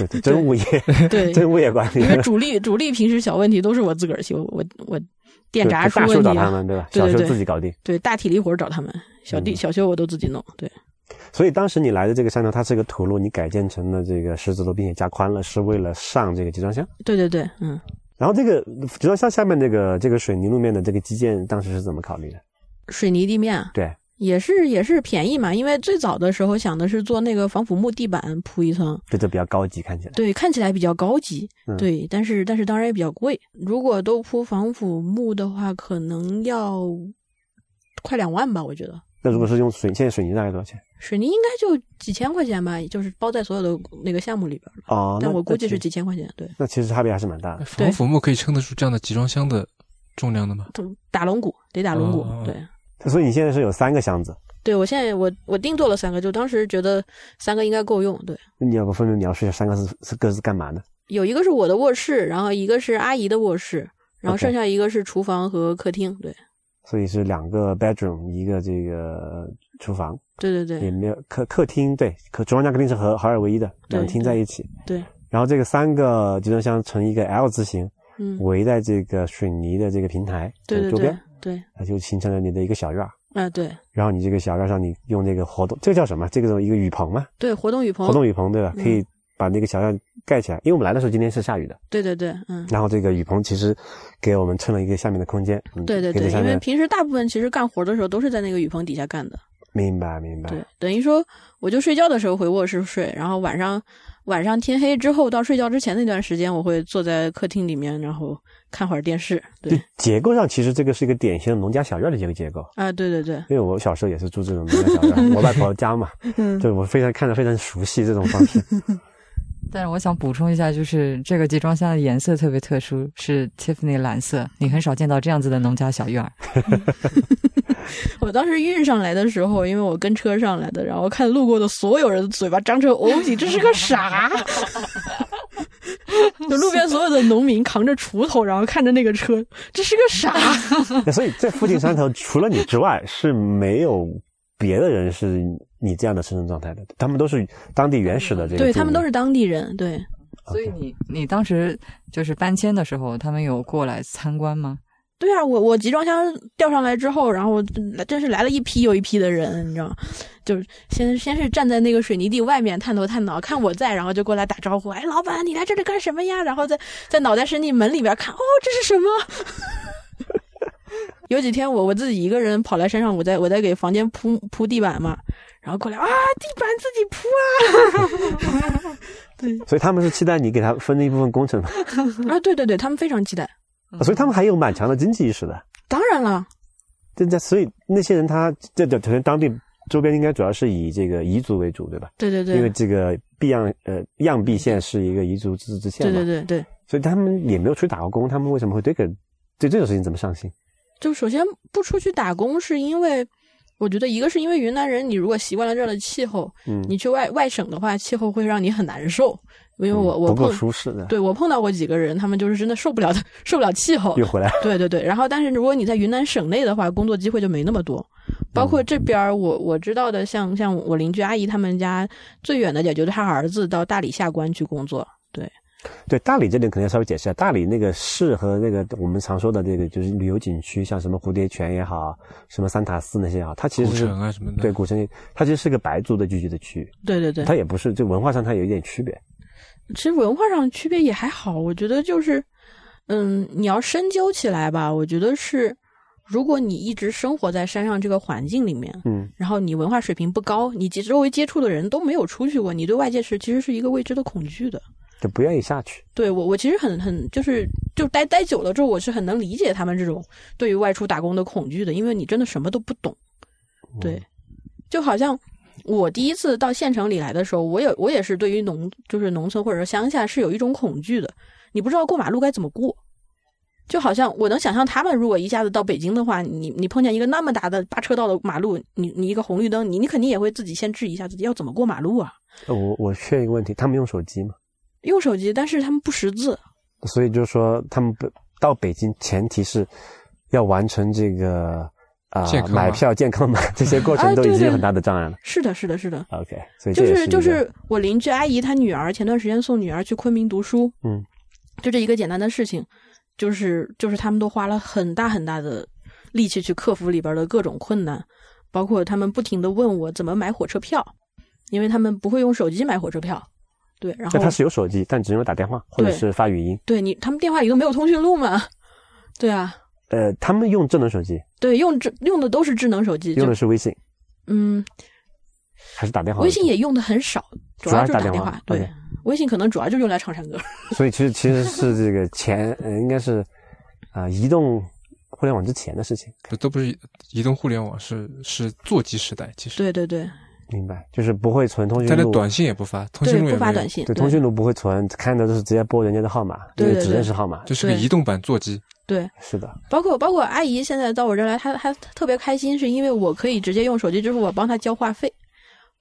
C: 对对真物业，
D: 对，
C: 真物业管理
D: 因，为主力主力平时小问题都是我自个儿修，我我电闸
C: 对
D: 出
C: 大修
D: 问
C: 找
D: 题
C: 他
D: 啊，
C: 们对吧？
D: 对
C: 小
D: 对
C: 修
D: 对
C: 自己搞定。
D: 对，大体力活儿找他们，小弟
C: 嗯
D: 小修我都自己弄，对
C: 所以当时你来的这个山头，它是个土路，你改建成了这个石子路，并且加宽了，是为了上这个集装箱。
D: 对对对，嗯，
C: 然后这个集装箱下面这个这个水泥路面的这个基建，当时是怎么考虑的？
D: 水泥地面啊
C: 对，
D: 也是也是便宜嘛，因为最早的时候想的是做那个防腐木地板铺一层，
C: 这就比较高级，看起来。
D: 对，看起来比较高级，
C: 嗯
D: 对，但是但是当然也比较贵。如果都铺防腐木的话，可能要快两万吧，我觉得。
C: 那如果是用水，现在水泥大概多少钱？
D: 水泥应该就几千块钱吧，就是包在所有的那个项目里边了。
C: 哦，那
D: 嗯但我估计是
C: 那其
D: 几千块钱，对，
C: 那其实差别还是蛮大的。
D: 对
B: 防腐木可以撑得住这样的集装箱的重量的吗？
D: 都打龙骨得打龙骨，
B: 哦
D: 对。
C: 所以你现在是有三个箱子，
D: 对，我现在我我定做了三个，就当时觉得三个应该够用。对，
C: 那你要不分别描述一下三个是是各自干嘛呢？
D: 有一个是我的卧室，然后一个是阿姨的卧室，然后
C: OK
D: 剩下一个是厨房和客厅。对，
C: 所以是两个 bedroom，一个这个厨房，
D: 对对
C: 也
D: 对，
C: 没有客客厅，对，客厨房加客厅是合合二为一的，
D: 对
C: 两厅在一起。
D: 对。
C: 然后这个三个集装箱呈一个 L 字形，
D: 嗯，
C: 围在这个水泥的这个平台
D: 对对
C: 周
D: 对
C: 边，
D: 对，
C: 它就形成了你的一个小院儿。
D: 啊对
C: 然后你这个小院儿上，你用那个活动，这个叫什么？这个叫一个雨棚嘛，
D: 对，活动雨棚
C: 活，动雨棚对吧？
D: 嗯
C: 可以把那个小院盖起来。因为我们来的时候今天是下雨的，
D: 对对对，嗯。
C: 然后这个雨棚其实给我们撑了一个下面的空间。嗯
D: 对对
C: 可以
D: 对，
C: 在下
D: 因为
C: 面。
D: 平时大部分其实干活的时候都是在那个雨棚底下干的。
C: 明白明白。
D: 对，等于说我就睡觉的时候回卧室睡，然后晚上晚上天黑之后到睡觉之前那段时间，我会坐在客厅里面，然后看会儿电视。对
C: 就结构上，其实这个是一个典型的农家小院的这个结构。
D: 啊，对对对，
C: 因为我小时候也是住这种农家小 院，我外婆家嘛，
D: 嗯
C: 对我非常看着非常熟悉这种方 式。
A: 但是我想补充一下，就是这个集装箱的颜色特别特殊，是 Tiffany 蓝色，你很少见到这样子的农家小院儿。
D: 我当时运上来的时
C: 嗯
D: 候，因为我跟车上来的，然后看路过的所有人嘴巴张成 O 型，这是 个啥？就路边所有的农民扛着锄头，然后看着那个车，这是个啥？
C: 所以这附近山头除了你之外是没有别的人是你这样的生存状态的，他们都是当地原始的这个。
D: 对他们都。是当地人，对
A: 所以你你当时就是搬迁的时候，他们有过来参观吗？
D: 对啊，我我集装箱吊上来之后，然后真真是来了一批又一批的人，你知道吗？就是先先是站在那个水泥地外面探头探脑，看我在，然后就过来打招呼，哎，老板，你来这里干什么呀？然后再在脑袋伸进门里边看，哦，这是什么？ 有几天我我自己一个人跑来山上，我在我在给房间铺铺地板嘛，然后过来啊，地板自 己铺啊。
C: 所以他们是期待你给他分了一部分工程嘛，
D: 啊，对对对，他们非常期待。
C: 啊所以
A: 嗯
C: 他们还有蛮强的经济意识的。
D: 当然了，
C: 这这，所以那些人他这这，可能当地周边应该主要是以这个彝族为主，对吧？
D: 对对对，
C: 因为这个毕漾呃漾濞县是一个彝族自治县
D: 对
C: 嘛，
D: 对对对，
C: 所以他们也没有出去打过工，他们为什么会对这个对这种事情怎么上心？
D: 就首先不出去打工，是因为我觉得一个是因为云南人，你如果习惯了这儿的气候，
C: 嗯，
D: 你去外外省的话，气候会让你很难受。因为
C: 嗯
D: 我、我
C: 不够
D: 碰
C: 舒适的，
D: 对我碰到过几个人，他们就是真的受不了受不了气候。
C: 又回来，
D: 对对对，然后但是如果你在云南省内的话，工作机会就没那么多。包括这边儿我我知道的像，像我邻居阿姨他们家最远的，也就是他儿子到大理下关去工作。
C: 对大理这点可能要稍微解释一下，大理那个市和那个我们常说的这个就是旅游景区，像什么蝴蝶泉也好，什么三塔寺那些也好，它其实
B: 古
C: 是
B: 城啊什么的，
C: 对古城，它其实是个白族的聚居的区域，
D: 对对对，
C: 它也不是，就文化上它有一点区别。
D: 其实文化上区别也还好，我觉得就是，嗯，你要深究起来吧，我觉得是，如果你一直生活在山上这个环境里面，
C: 嗯，
D: 然后你文化水平不高，你及周围接触的人都没有出去过，你对外界是其实是一个未知的恐惧的。
C: 就不愿意下去。
D: 对我，我其实很很就是就待待久了之后，我是很能理解他们这种对于外出打工的恐惧的，因为你真的什么都不懂。
C: 嗯
D: 对，就好像我第一次到县城里来的时候，我也我也是对于农就是农村或者说乡下是有一种恐惧的，你不知道过马路该怎么过。就好像我能想象，他们如果一下子到北京的话，你你碰见一个那么大的八车道的马路，你你一个红绿灯，你你肯定也会自己先质疑一下自己要怎么过马路啊？
C: 呃我我确认一个问题，他们用手机吗？
D: 用手机，但是他们不识字，
C: 所以就是说，他们不到北京，前提是要完成这个啊、
B: 健康码
C: 买票、健康码这些过程
D: 啊
C: 都
D: 对
C: 已经有
D: 对
C: 很大的障碍 了。
D: 是的，是的，是的。
C: OK，所以
D: 就
C: 这也
D: 是
C: 一
D: 就
C: 个
D: 是我邻居阿姨她女儿前段时间送女儿去昆明读书，
C: 嗯，
D: 就这一个简单的事情，就是就是他们都花了很大很大的力气去克服里边的各种困难，包括他们不停的问我怎么买火车票，因为他们不会用手机买火车票，对，然后
C: 那他是有手机，但只能打电话或者
D: 对
C: 是发语音。
D: 对你他们电话里都没有通讯录嘛，对啊，
C: 呃，他们用智能手机，
D: 对，用智用的都是智能手机，
C: 用
D: 就
C: 的是微信
D: 嗯，
C: 还是打电话？
D: 微信也用的很少，主要
C: 主要
D: 就是
C: 是打
D: 打
C: 电
D: 电
C: 话
D: 话，对
C: OK，
D: 微信可能主要就用来唱山歌。
C: 所以其实其实是这个前，呃、应该是啊、移动互联网之前的事情。
B: 这都不是移移动互联网，是是座机时代。其实
D: 对对对，
C: 明白，就是不会存通
B: 但
C: 讯
B: 是
C: 录，啊
B: 短信也不发，
C: 哦
B: 通
D: 对
B: 讯录也
D: 不发
B: 没有
D: 短，信，
C: 对通讯录不会存，看的都是直接拨人家的号码，因
D: 对
C: 为
D: 对
C: 只
D: 对
C: 认识号码。
B: 这是个
D: 对
B: 移动版座机。
D: 对，
C: 是的，
D: 包括包括阿姨现在到我这儿来，她她特别开心，是因为我可以直接用手机支付宝帮她交话费，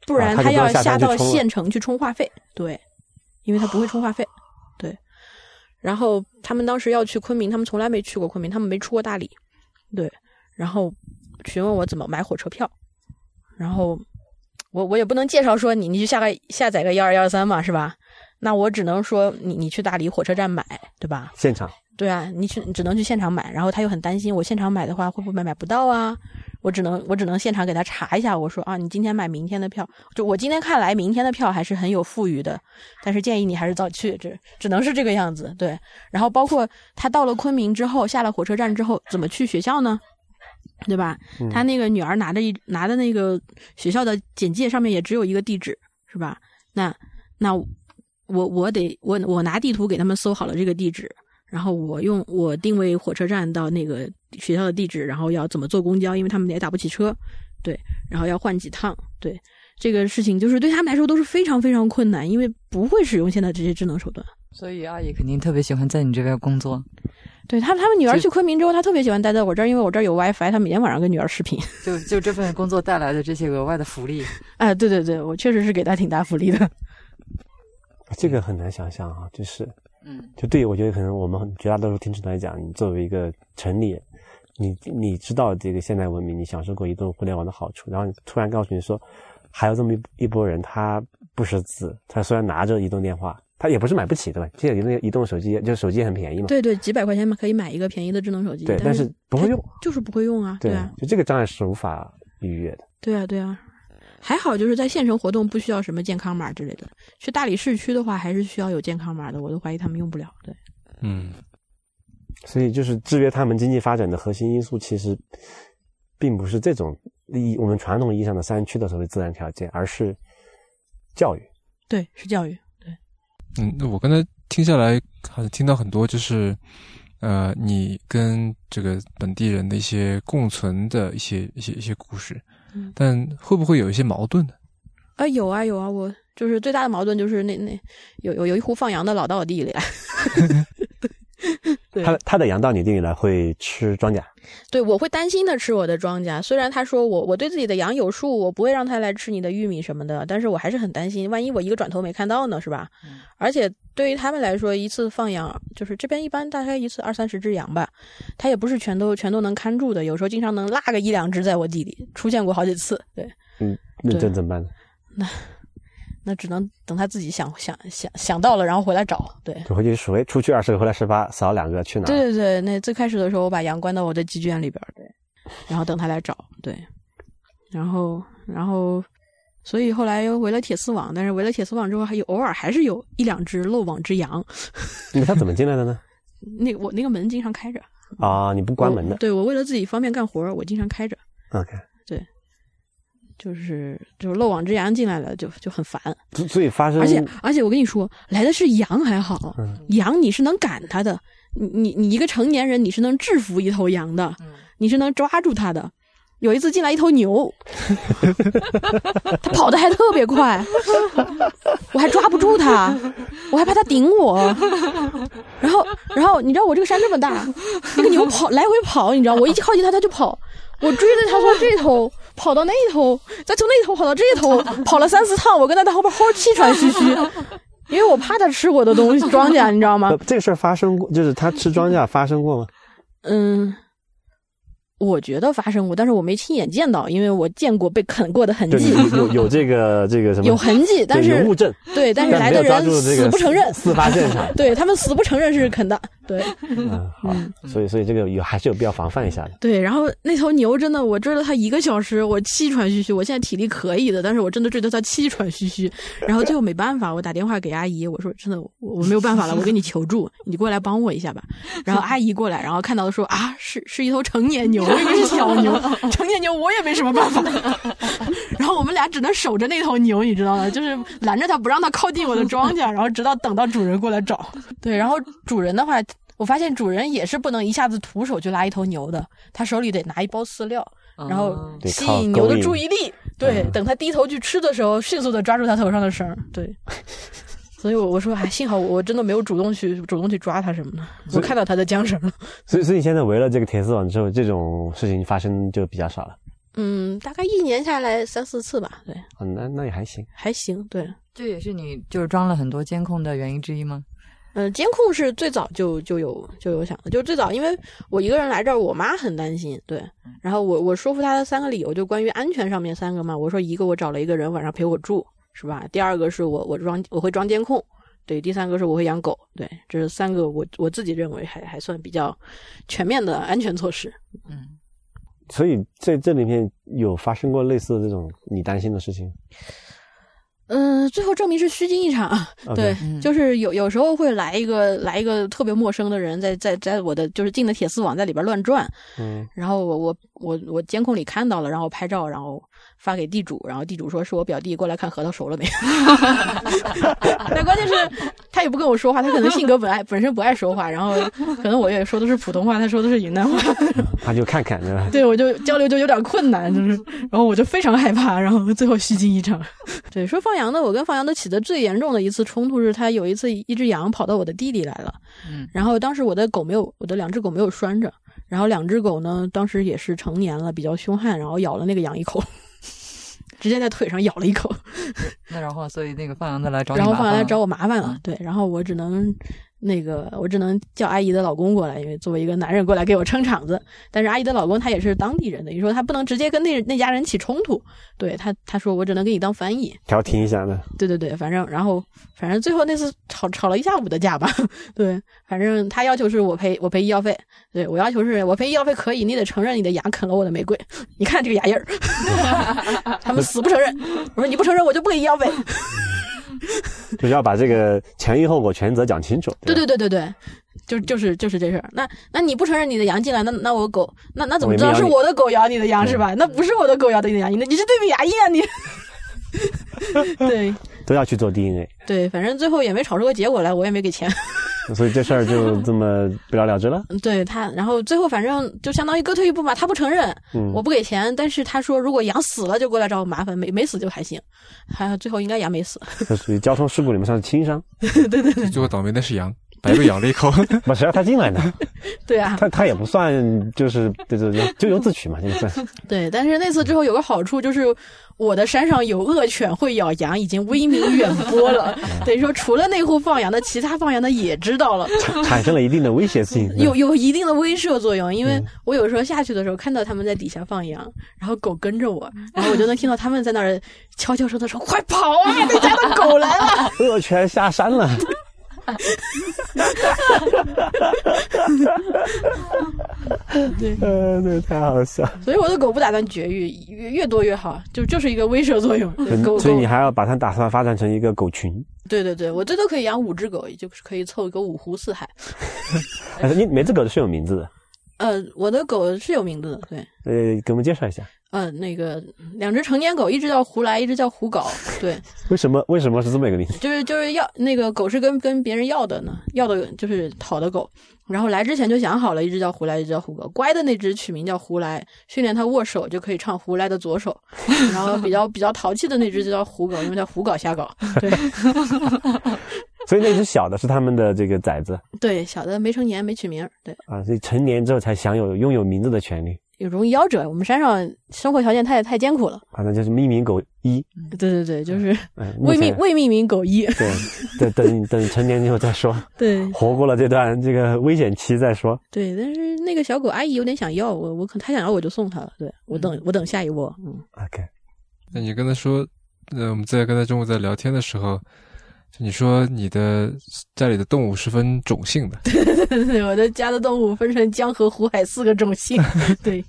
D: 不然
C: 啊她就不
D: 要
C: 用下
D: 下
C: 山去
D: 到
C: 充了
D: 县城去充话费。对，因为她不会充话费。对，然后他们当时要去昆明，他们从来没去过昆明，他们没出过大理。对，然后询问我怎么买火车票，然后我我也不能介绍说你你去下个下载个幺二幺三嘛，是吧？那我只能说你你去大理火车站买，对吧？
C: 现场。
D: 对啊，你只只能去现场买，然后他又很担心，我现场买的话会不会买不到啊？我只能我只能现场给他查一下，我说啊，你今天买明天的票，就我今天看来明天的票还是很有富余的，但是建议你还是早去，只只能是这个样子。对，然后包括他到了昆明之后，下了火车站之后怎么去学校呢？对吧？他那个女儿拿着一拿的那个学校的简介上面也只有一个地址，是吧？那那我我得我我拿地图给他们搜好了这个地址，然后我用我定位火车站到那个学校的地址，然后要怎么坐公交，因为他们也打不起车，对，然后要换几趟，对，这个事情就是对他们来说都是非常非常困难，因为不会使用现在这些智能手段。
A: 所以阿姨肯定特别喜欢在你这边工作，
D: 对他，他们女儿
A: 这
D: 去昆明之后，她特别喜欢待在我这儿，因为我这儿有 WiFi，她每天晚上跟女儿视频。
A: 就就这份工作带来的这些额外的福利，
D: 哎，对对对，我确实是给她挺大福利的。
C: 这个很难想象啊，就是，
A: 嗯，
C: 就对于我觉得可能我们绝大多数听众来讲，你作为一个城里人，你你知道这个现代文明，你享受过移动互联网的好处，然后你突然告诉你说，还有这么一一波人，他不识字，他虽然拿着移动电话，它也不是买不起，对吧？现在移动移动手机就是手机也很便宜嘛，
D: 对对，几百块钱可以买一个便宜的智能手机，
C: 对，但是不会用，
D: 就是不会用啊，对
C: 对
D: 啊，，
C: 就这个障碍是无法逾越的。
D: 对啊，对啊。还好就是在县城活动不需要什么健康码之类的，去大理市区的话还是需要有健康码的，我都怀疑他们用不了。对，
B: 嗯，
C: 所以就是制约他们经济发展的核心因素，其实并不是这种意我们传统意义上的山区的所谓自然条件，而是教育。
D: 对，是教育。
B: 嗯，那我刚才听下来，好像听到很多就是，呃，你跟这个本地人的一些共存的一些一些一些故事，
D: 嗯
B: 但会不会有一些矛盾呢？
D: 啊，有啊有啊，我就是最大的矛盾就是那那有有有一户放羊的老到我地里来，对
C: 他他的羊到你地里来会吃庄稼，
D: 对我会担心的吃我的庄稼。虽然他说我我对自己的羊有数，我不会让他来吃你的玉米什么的，但是我还是很担心，万一我一个转头没看到呢，是吧？而且对于他们来说，一次放羊就是这边一般大概一次二三十只羊吧，他也不是全都全都能看住的，有时候经常能落个一两只在我地里，出现过好几次。对，
C: 那
D: 对
C: 这嗯怎么办呢？
D: 那只能等他自己想想想想到了，然后回来找。对。
C: 就回去数，哎，出去二十个，回来十八，扫两个去哪？
D: 对对对，那最开始的时候，我把羊关到我的鸡圈里边儿，对，然后等他来找，对，然后然后，所以后来又围了铁丝网，但是围了铁丝网之后，还有偶尔还是有一两只漏网之羊，
C: 那他怎么进来的 呢？
D: 那我那个门经常开着，
C: 啊，你不关门
D: 我
C: 的。
D: 对我为了自己方便干活儿，我经常开着，
C: OK，
D: 就是就是漏网之羊进来了，就就很烦，
C: 所所以发生
D: 而且而且我跟你说，来的是羊还好，
C: 嗯
D: 羊你是能赶它的，你你你一个成年人你是能制服一头羊的，你是能抓住它的。有一次进来一头牛， 它跑得还特别快，我还抓不住它，我还怕它顶我。然后，然后你知道我这个山这么大，那个牛跑来回跑，你知道，我一靠近它它就跑，我追着它从这头跑到那头，再从那头跑到这头，跑了三四趟，我跟它在后边齁气喘吁吁，因为我怕它吃我的东西庄稼，你知道吗
C: 呃？这个事儿发生过，就是他吃庄稼发生过吗？
D: 嗯，我觉得发生过，但是我没亲眼见到，因为我见过被啃过的痕
C: 就
D: 迹，
C: 有有有这个这个什么？
D: 嗯有痕迹，但
C: 对有
D: 是
C: 物证，
D: 对，但是来
C: 没
D: 的
C: 有抓
D: 人
C: 住这
D: 死
C: 个
D: 不承 认，。
C: 事发现场
D: 对他们死不承认是啃的，对
C: 嗯，好
D: 嗯，
C: 所以所以这个有还是有必要防范一下的。
D: 对。然后那头牛真的，我追了它一个小时，我气喘吁吁。我现在体力可以的，但是我真的追得它气喘吁吁。然后最后没办法，我打电话给阿姨，我说真的，我我没有办法了，我跟你求助，你过来帮我一下吧。然后阿姨过来，然后看到说啊，是是一头成年牛，我以为是小牛，成年牛我也没什么办法。 然后我们俩只能守着那头牛，你知道吗？就是拦着它不让它靠近我的庄稼，然后直到等到主人过来找。对，然后主人的话，我发现主人也是不能一下子徒手就拉一头牛的，他手里得拿一包饲料，然后
C: 对
D: 吸
C: 靠
D: 引牛
C: 勾
D: 的
C: 引
D: 注意力。对，
C: 嗯
D: 等它低头去吃的时候，迅速的抓住它头上的绳儿。对。所以，我我说，哎，幸好我我真的没有主动去主动去抓它什么的，我看到它的缰绳了。
C: 所以所以现在围了这个铁丝网之后，这种事情发生就比较少了。
D: 嗯，大概一年下来三四次吧，对，
C: 嗯，那那也还行。
D: 还行，对。
A: 这也是你就是装了很多监控的原因之一吗？
D: 嗯，监控是最早就就有就有想的，就最早因为我一个人来这儿，我妈很担心，对，然后我我说服她的三个理由就关于安全上面三个嘛，我说一个我找了一个人晚上陪我住，是吧？第二个是我我装我会装监控，对，第三个是我会养狗，对，这是三个我我自己认为还还算比较全面的安全措施。
A: 嗯，
C: 所以在这里面有发生过类似的这种你担心的事情。
D: 嗯，最后证明是虚惊一场，啊
C: OK
D: 对，
A: 嗯
D: 就是有有时候会来一个来一个特别陌生的人在在在我的就是进了铁丝网在里边乱转，
C: 嗯，
D: 然后我我我我监控里看到了，然后拍照，然后发给地主，然后地主说是我表弟过来看核桃熟了没。 但关键是他也不跟我说话，他可能性格本爱本身不爱说话，然后可能我也说的是普通话，他说的是云南话，
C: 他就看看对吧？
D: 对我就交流就有点困难，就是，然后我就非常害怕，然后最后虚惊一场。 对，说放羊的，我跟放羊的起的最严重的一次冲突是，他有一次一只羊跑到我的地里来了，
A: 嗯，
D: 然后当时我的狗没有，我的两只狗没有拴着，然后两只狗呢，当时也是成年了，比较凶悍，然后咬了那个羊一口， 直接在腿上咬了一口，
A: 那然后所以那个放羊的来找你，
D: 然后放羊来找
A: 我，
D: 我麻烦了，对，然后我只能那个我只能叫阿姨的老公过来，因为作为一个男人过来给我撑场子。但是阿姨的老公他也是当地人的，你说他不能直接跟那那家人起冲突，对他他说我只能给你当翻译，
C: 调停一下呢。
D: 对对对，反正然后反正最后那次吵吵了一下午的架吧， 对，反正他要求是我赔我赔医药费，对我要求是我赔医药费可以，你得承认你的牙啃了我的玫瑰， 你看这个牙印儿， 他们死不承认，我说你不承认我就不给医药费，
C: 就是要把这个前因后果全责讲清楚。吧
D: 对对对对对，就就是就是这事儿。那那你不承认你的羊进来，那那我狗，那那怎么知道是我的狗咬你的羊是吧？那不是我的狗咬的你的羊，你你是对比牙医啊你。 对
C: 都要去做 DNA，
D: 对，反正最后也没吵出个结果来，我也没给钱。
C: 所以这事儿 就这么不了了之了。
D: 对他，然后最后反正就相当于各退一步嘛，他不承认，
C: 嗯，
D: 我不给钱，但是他说如果羊死了就过来找我麻烦，没没死就还行，还最后应该羊没死，
C: 这属于交通事故里面算是轻伤，
F: 最后倒霉的是羊，白被咬了一 口。
C: 不，谁让他进来呢？
D: 对啊，
C: 他他也不算就是对对对，咎由自取嘛，这个算。
D: 对，但是那次之后有个好处就是，我的山上有恶犬会咬羊，已经威名远播了。等于说，除了那户放羊的，其他放羊的也知道了，
C: 产生了一定的威胁性。
D: 有有一定的威慑作用。因为我有时候下去的时候看到他们在底下放羊，然后狗跟着我，然后我就能听到他们在那儿悄悄声的说：“快跑啊，那家的狗来了
C: 恶犬下山了，！”
D: 对，
C: 呃，对，太好笑了。
D: 所以我的狗不打算绝育，越越多越好，就就是一个威慑作用。对狗
C: 嗯所以
D: 狗
C: 你还要把它打算发展成一个狗群，
D: 对对对，我最多可以养五只狗，也就是可以凑一个五湖四海。
C: 但哎是你每只狗是有名字的，
D: 呃，我的狗是有名字的，对，
C: 呃，给我们介绍一下，
D: 呃，那个两只成年狗，一只叫胡来，一只叫胡搞，对，
C: 为什么为什么是这么一个名字？
D: 就是就是要那个狗是跟跟别人要的呢，要的就是讨的狗，然后来之前就想好了，一只叫胡来，一只叫胡搞，乖的那只取名叫胡来，训练它握手就可以唱胡来的左手，然后比较比较淘气的那只就叫胡搞，因为叫胡搞瞎搞，对
C: 所以那只小的是他们的这个崽子
D: 对，小的没成年没取名儿，对。
C: 啊，所以成年之后才享有拥有名字的权利
D: 也容易夭折，我们山上生活条件太太艰苦了。
C: 啊，那就是命名狗一，
D: 对对对，就是
C: 嗯，目
D: 未
C: 前
D: 命未命名 狗医。
C: 对，等等等成年之后再说，
D: 对，
C: 活过了这段这个危险期再说。
D: 对，但是那个小狗阿姨有点想要我，我可她想要我就送她了。对我等、我等下一窝，嗯，
C: OK，
F: 那你跟他说，呃，我们在跟他中午在聊天的时候，就你说你的家里的动物是分种姓的，
D: 对，我的家的动物分成江河湖海四个种姓， 对，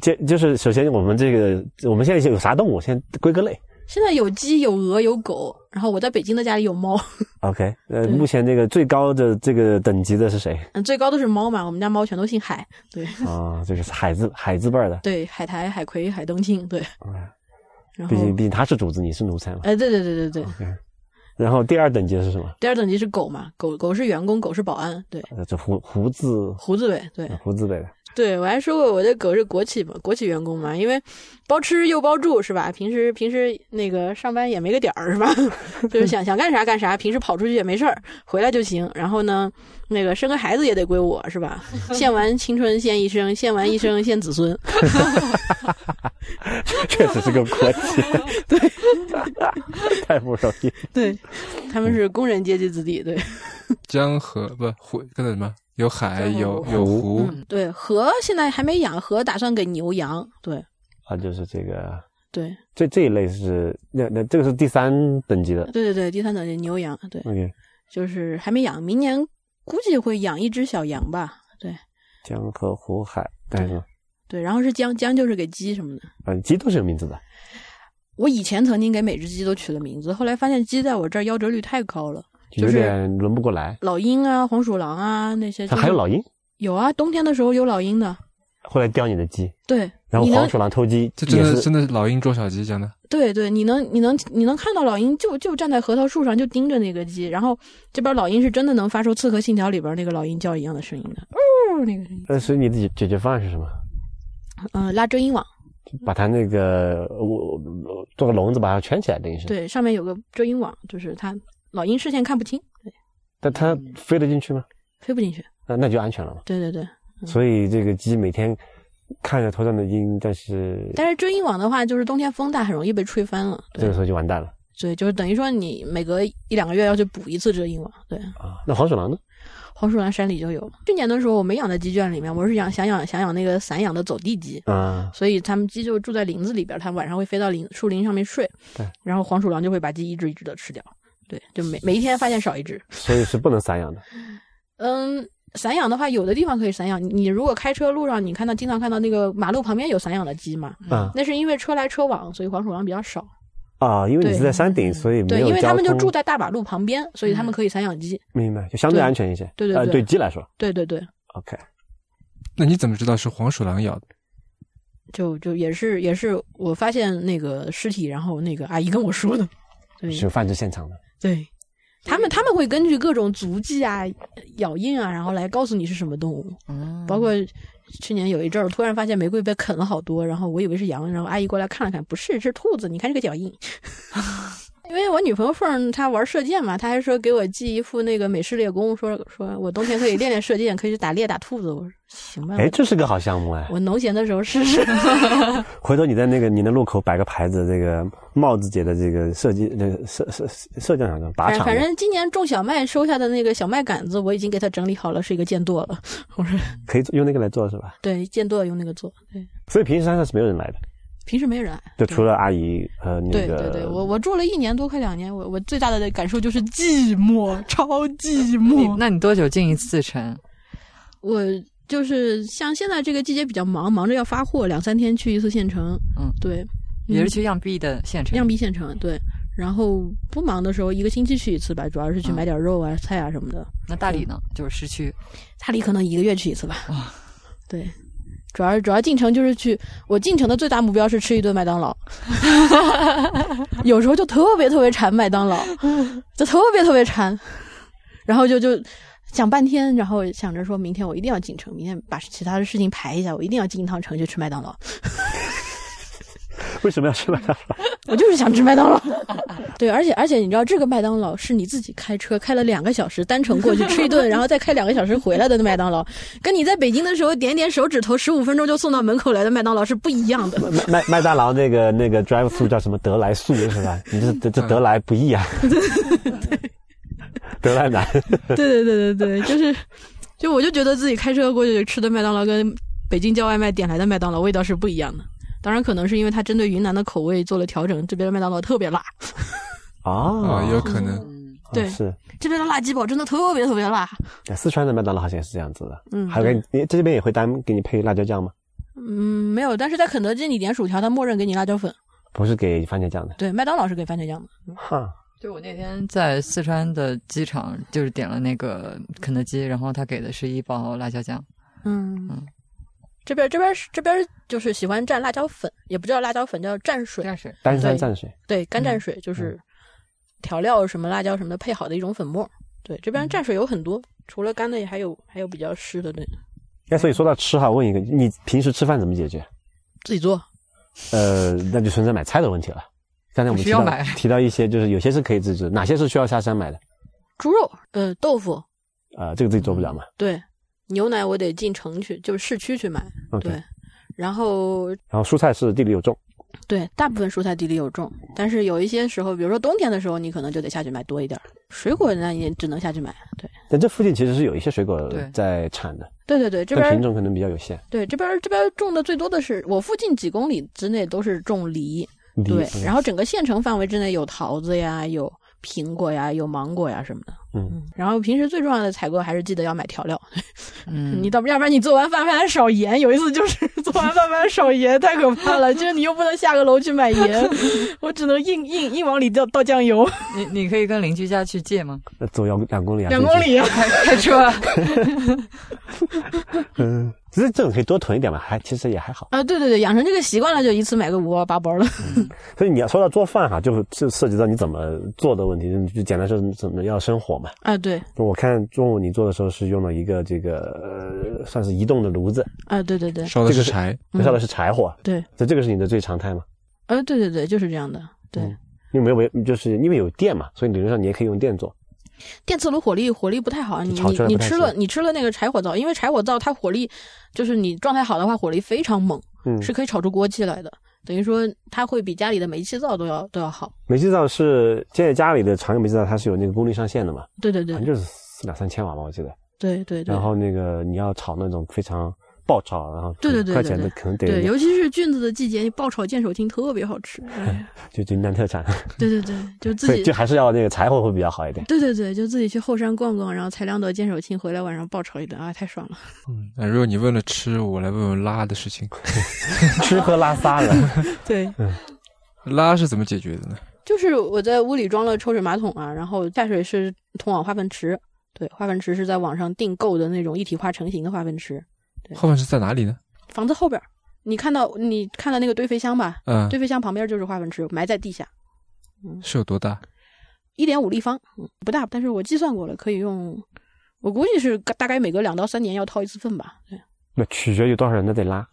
C: 这就是首先我们这个我们现在有啥动物，先归个类。
D: 现在有鸡有鹅有狗，然后我在北京的家里有猫，
C: OK，呃，
D: 对
C: 目前这个最高的这个等级的是 谁
D: 嗯，最高的是猫嘛，我们家猫全都姓海，对
C: 啊？这个是海字海字辈儿的，
D: 对，海苔、海葵、海东青，对，
C: 哎
D: 然
C: 毕
D: 后
C: 竟毕竟嗯他是主子，你是奴才嘛。
D: 哎，对对对对对，
C: 然后第二等级是什么？
D: 第二等级是狗嘛，狗狗是员工，狗是保安，对，
C: 呃这胡胡字
D: 胡子伟，对，
C: 胡字辈的，
D: 对，我还说过我的狗是国企嘛，国企员工嘛，因为包吃又包住是吧？平时平时那个上班也没个点儿是吧？ 就是想想干啥干啥，平时跑出去也没事儿，回来就行。然后呢，那个生个孩子也得归我是吧？献完青春献一生，献完一生献子孙。
C: 确实是个国 企，对， 太不容易。
D: 对，他们是工人阶级子弟。对，
F: 江河不湖跟着什么？有海，
D: 江河
F: 有
D: 湖
F: 有湖，
A: 嗯
D: 对，和现在还没养，和打算给牛羊。对
C: 啊，就是这个
D: 对
C: 这这一类是那那这个是第三等级的
D: 对对对，第三等级牛羊，对，
C: ，OK，
D: 就是还没养，明年估计会养一只小羊吧。
C: 江河湖海干什么？
D: 对，然后是姜姜就是给鸡什么的。
C: 啊，鸡都是有名字的，
D: 我以前曾经给每只鸡都取了名字，后来发现鸡在我这儿夭折率太高了，
C: 有
D: 就是
C: 点轮不过来。
D: 老鹰啊、黄鼠狼啊那些、就
C: 它
D: 是。
C: 还有老鹰，
D: 有啊，冬天的时候有老鹰的。
C: 后来叼你的鸡，
D: 对，
C: 然后
D: 你
C: 黄
D: 能
C: 鼠狼偷鸡，
F: 这真
C: 也
F: 的
C: 是
F: 真的是老鹰捉小鸡讲的。
D: 对对，你能你能你能看到老鹰就就站在核桃树上就盯着那个鸡，然后这边老鹰是真的能发出《刺客信条》里边那个老鹰叫一样的声音的，哦，那个声音，
C: 呃，所以你的解解决方案是什么？
D: 嗯、拉遮阴网，
C: 把它那个我我做个笼子把它圈起来，等于是。。
D: 对，上面有个遮阴网，就是它老鹰视线看不清，对，
C: 但它飞得进去吗？
D: 飞不进去，
C: 那那就安全了嘛。
D: 对对对。
C: 所以这个鸡每天看着头上的鹰，但是
D: 但是遮阴网的话，就是冬天风大，很容易被吹翻了，
C: 这
D: 对
C: 个时候就完蛋了。
D: 对，就是等于说你每隔一两个月要去补一次这个硬网。对，
C: 啊，那黄鼠狼呢？
D: 黄鼠狼山里就有。去年的时候我没养在鸡圈里面，我是养想养想养那个散养的走地鸡，
C: 啊，
D: 所以它们鸡就住在林子里边，它晚上会飞到林树林上面睡
C: 对，
D: 然后黄鼠狼就会把鸡一只一只的吃掉。对，就每每一天发现少一只。
C: 所以是不能散养的。
D: 嗯，散养的话，有的地方可以散养。你你如果开车路上，你看到经常看到那个马路旁边有散养的鸡嘛，
C: 啊
D: 那是因为车来车往，所以黄鼠狼比较少。
C: 啊，因为你是
D: 对
C: 在山顶，所以没
D: 对，
C: 有
D: 因为
C: 交
D: 他们就
C: 通嗯
D: 住在大马路旁边，所以他们可以散养鸡。
C: 明白，就相对
D: 对
C: 安全一些。
D: 对对
C: 呃，
D: 对
C: 对鸡来说
D: 对对对，
C: ，OK，
F: 那你怎么知道是黄鼠狼咬的？
D: 就就也是也是我发现那个尸体，然后那个阿姨跟我说的。对
C: 是有繁殖现场的。
D: 对，他们他们会根据各种足迹啊、咬印啊，然后来告诉你是什么动物。
A: 嗯
D: 包括去年有一阵儿，我突然发现玫瑰被啃了好多，然后我以为是羊，然后阿姨过来看了看，不是，是兔子，你看这个脚印。因为我女朋友凤儿她玩射箭嘛，她还说给我寄一副那个美式猎弓，说说我冬天可以练练射箭，可以去打猎打兔子。我说行吧，
C: 哎，这是个好项目哎
D: 我，我农闲的时候试试。
C: 回头你在那个你的路口摆个牌子，这个帽子姐的这个射击，那个射射射箭场的靶场
D: 反
C: 的，
D: 反正今年种小麦收下的那个小麦杆子，我已经给它整理好了，是一个箭垛了。 我说
C: 可以用那个来做是吧？
D: 对，箭垛用那个做。对，
C: 所以平时山上是没有人来的，
D: 平时没人来。
C: 就除了阿姨和那
D: 对
C: 个。
D: 对对，我我住了一年多，快两年，我我最大的感受就是寂寞，超寂
A: 你
D: 寞。
A: 那你多久进一次城？
D: 我就是像现在这个季节比较忙，忙着要发货，两三天去一次县城。
A: 嗯
D: 对，
A: 也是去样毕的县城。
D: 样逼县城对。然后不忙的时候，一个星期去一次吧，主要是
C: 嗯
D: 去买点肉啊、菜啊什么的。
A: 那大理呢？就是市区。
D: 大理可能一个月去一次吧。 对，主要主要进城就是去，我进城的最大目标是吃一顿麦当劳， 有时候就特别特别馋麦当劳，就特别特别馋，然后就就想半天，然后想着说明天我一定要进城，明天把其他的事情排一下，我一定要进一趟城去吃麦当劳，
C: 为什么要吃麦当劳？
D: 我就是想吃麦当劳。 对，而且而且你知道这个麦当劳是你自己开车开了两个小时单程过去吃一 顿，然后再开两个小时回来的麦当劳，跟你在北京的时候点点手指头十五分钟就送到门口来的麦当劳是不一样的。
C: 麦麦麦当劳那个那个 drive through 叫什么得来速是吧？你这这这得来不易啊，得来难。
D: 对对对对对，就是，就我就觉得自己开车过去吃的麦当劳跟北京叫外卖点来的麦当劳味道是不一样的。当然，可能是因为它针对云南的口味做了调整，这边的麦当劳特别辣，
C: 啊
D: 哦
F: 啊，，也有可能。
A: 嗯，
C: 啊
D: 对
C: 是哎
D: 这边的辣鸡堡真的特别特别辣。
C: 四川的麦当劳好像也是这样子的，
D: 嗯，
C: 还有给你你这边也会单给你配辣椒酱吗？
D: 嗯没有，但是在肯德基你点薯条，它默认给你辣椒粉。
C: 不是给番茄酱的，
D: 对，麦当劳是给番茄酱的。
C: 哈，
A: 就我那天嗯在四川的机场，就是点了那个肯德基，然后他给的是一包辣椒酱。
D: 嗯
A: 嗯，
D: 这边这边是这边就是喜欢蘸辣椒粉，也不叫辣椒粉，叫蘸水。
A: 但是
C: 单山
D: 对
C: 蘸水
D: 对，干蘸水就是调料什么辣椒什么的配好的一种粉末。对，这边蘸水有很多，除了干的，还有还有比较湿的，对，
C: 哎，所以说到吃哈，我问一个，你平时吃饭怎么解决？
D: 自己做。
C: 呃，那就存在买菜的问题了。刚才我们
A: 不
C: 提
A: 需要
C: 到
A: 买
C: 提到一些，就是有些是可以自制，哪些是需要下山买的？
D: 猪肉，呃，豆腐，
C: 呃，这个自己做不了嘛。
D: 对，牛奶我得进城去，就是市区去买，
C: OK，
D: 嗯对。然后
C: 然后蔬菜是地里有种，
D: 对，大部分蔬菜地里有种，但是有一些时候，比如说冬天的时候，你可能就得下去买多一点儿。水果呢，也只能下去买。对，
C: 但这附近其实是有一些水果
A: 对
C: 在产的，
D: 对对对，这
C: 但
D: 边
C: 品种可能比较有限。
D: 对这边这边种的最多的是我附近几公里之内都是种梨，
C: 梨
D: 对，
C: 嗯
D: 然后整个县城范围之内有桃子呀，有苹果呀，有芒果呀什么的。
C: 嗯，
D: 然后平时最重要的采购还是记得要买调料，
A: 嗯，
D: 你到要不然你做完饭发现少盐，有一次就是做完饭发现少盐，太可怕了。就是你又不能下个楼去 买盐，我只能硬硬硬往里倒倒酱油，
A: 你你可以跟邻居家去借吗？
C: 那走要两公里啊，
D: 两
C: 这
D: 公
C: 一
D: 里。
A: 开开车 啊，
C: 次。嗯，其实这种可以多囤一点嘛，还其实也还好。
D: 啊，对对对，养成这个习惯了，就一次买个五包八包了。
C: 所以你要说到做饭哈，就就涉及到你怎么做的问题，就简单说怎么要生火嘛。
D: 啊，对
C: 我看中午你做的时候是用了一个这个呃，算是移动的炉子，
D: 啊，对对对，
F: 烧的
C: 这个
F: 是
C: 是
F: 柴，
D: 嗯
C: 烧的是柴火，
D: 对，
C: 所以这个是你的最常态嘛？
D: 啊，对对对，就是这样的。对，
C: 嗯因为没有，就是因为有电嘛，所以理论上你也可以用电做。
D: 电磁炉火力火力不太好，你
C: 炒
D: 你
C: 出来
D: 你
C: 不太
D: 吃了
C: 行
D: 你吃了那个柴火灶，因为柴火灶它火力就是你状态好的话，火力非常猛，
C: 嗯
D: 是可以炒出锅气来的。等于说它会比家里的煤气灶都要都要好。
C: 煤气灶是现在家里的常用煤气灶，它是有那个功率上限的嘛，
D: 对对
C: 好
D: 对
C: 像就是四两三千瓦吧，我记得。
D: 对对对
C: 哎然。后那个你要炒那种非常爆炒，然后
D: 对对对
C: 快
D: 对
C: 钱的
D: 对
C: 可能
D: 对，
C: 得
D: 尤其是菌子的季节，你爆炒剑手青特别好吃。哎 呀
C: 就云南特产，
D: 对对对，就自
C: 所以
D: 己
C: 就还是要那个柴火会比较好一点。
D: 对对对，就自己去后山逛逛，然后采两朵剑手青回来，晚上爆炒一顿啊，太爽了。
F: 嗯，那如果你问了吃，我来问问拉的事情。
C: 吃喝拉撒了，
D: 对，
F: 拉是怎么解决的呢？
D: 就是我在屋里装了抽水马桶啊，然后下水是通往化粪池。对，化粪池是在网上订购的那种一体化成型的化粪池，对
F: 后半是在哪里呢？
D: 房子后边儿。你看到你看到那个堆肥箱吧？
F: 嗯，
D: 堆肥箱旁边就是化粪池，埋在地下，
F: 是有多大？
D: 一点五立方，嗯，不大，但是我计算过了，可以用，我估计是大概每隔两到三年要掏一次粪吧。 对，
C: 那取决于多少人都得拉。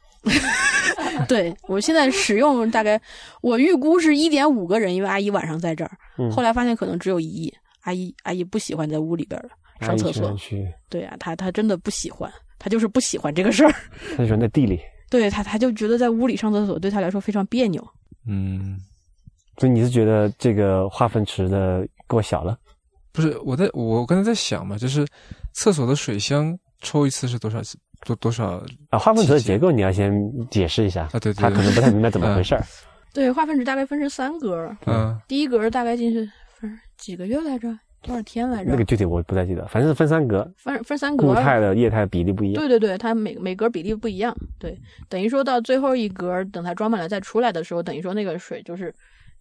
D: 对我现在使用大概，我预估是一点五个人，因为阿姨晚上在这儿，
C: 嗯
D: 后来发现可能只有一，阿姨阿姨不喜欢在屋里边儿
C: 阿
D: 上
C: 姨
D: 厕
C: 喜
D: 所
C: 欢，去，
D: 对啊，她她真的不喜欢，她就是不喜欢这个事儿，
C: 她喜欢在地里。
D: 对她她就觉得在屋里上厕所对她来说非常别扭，
F: 嗯，
C: 所以你是觉得这个化粪池的够小了？
F: 不是，我在我刚才在想嘛，就是厕所的水箱抽一次是多少多多少？
C: 啊，化粪池的
F: 体积
C: 结构你要先解释一下
F: 啊对对
C: 他可能不太明白怎么回事儿。
D: 啊对，化粪池大概分成三格儿，
F: 嗯，
D: 第一格儿大概进去分几个月来着，多少天来着？
C: 那个具体我不太记得，反正是分三格，
D: 分分三格
C: 固
D: 儿，
C: 态的、液态比例不一样。
D: 对对对，它每每格比例不一样，对，等于说到最后一格，等它装满了再出来的时候，等于说那个水就是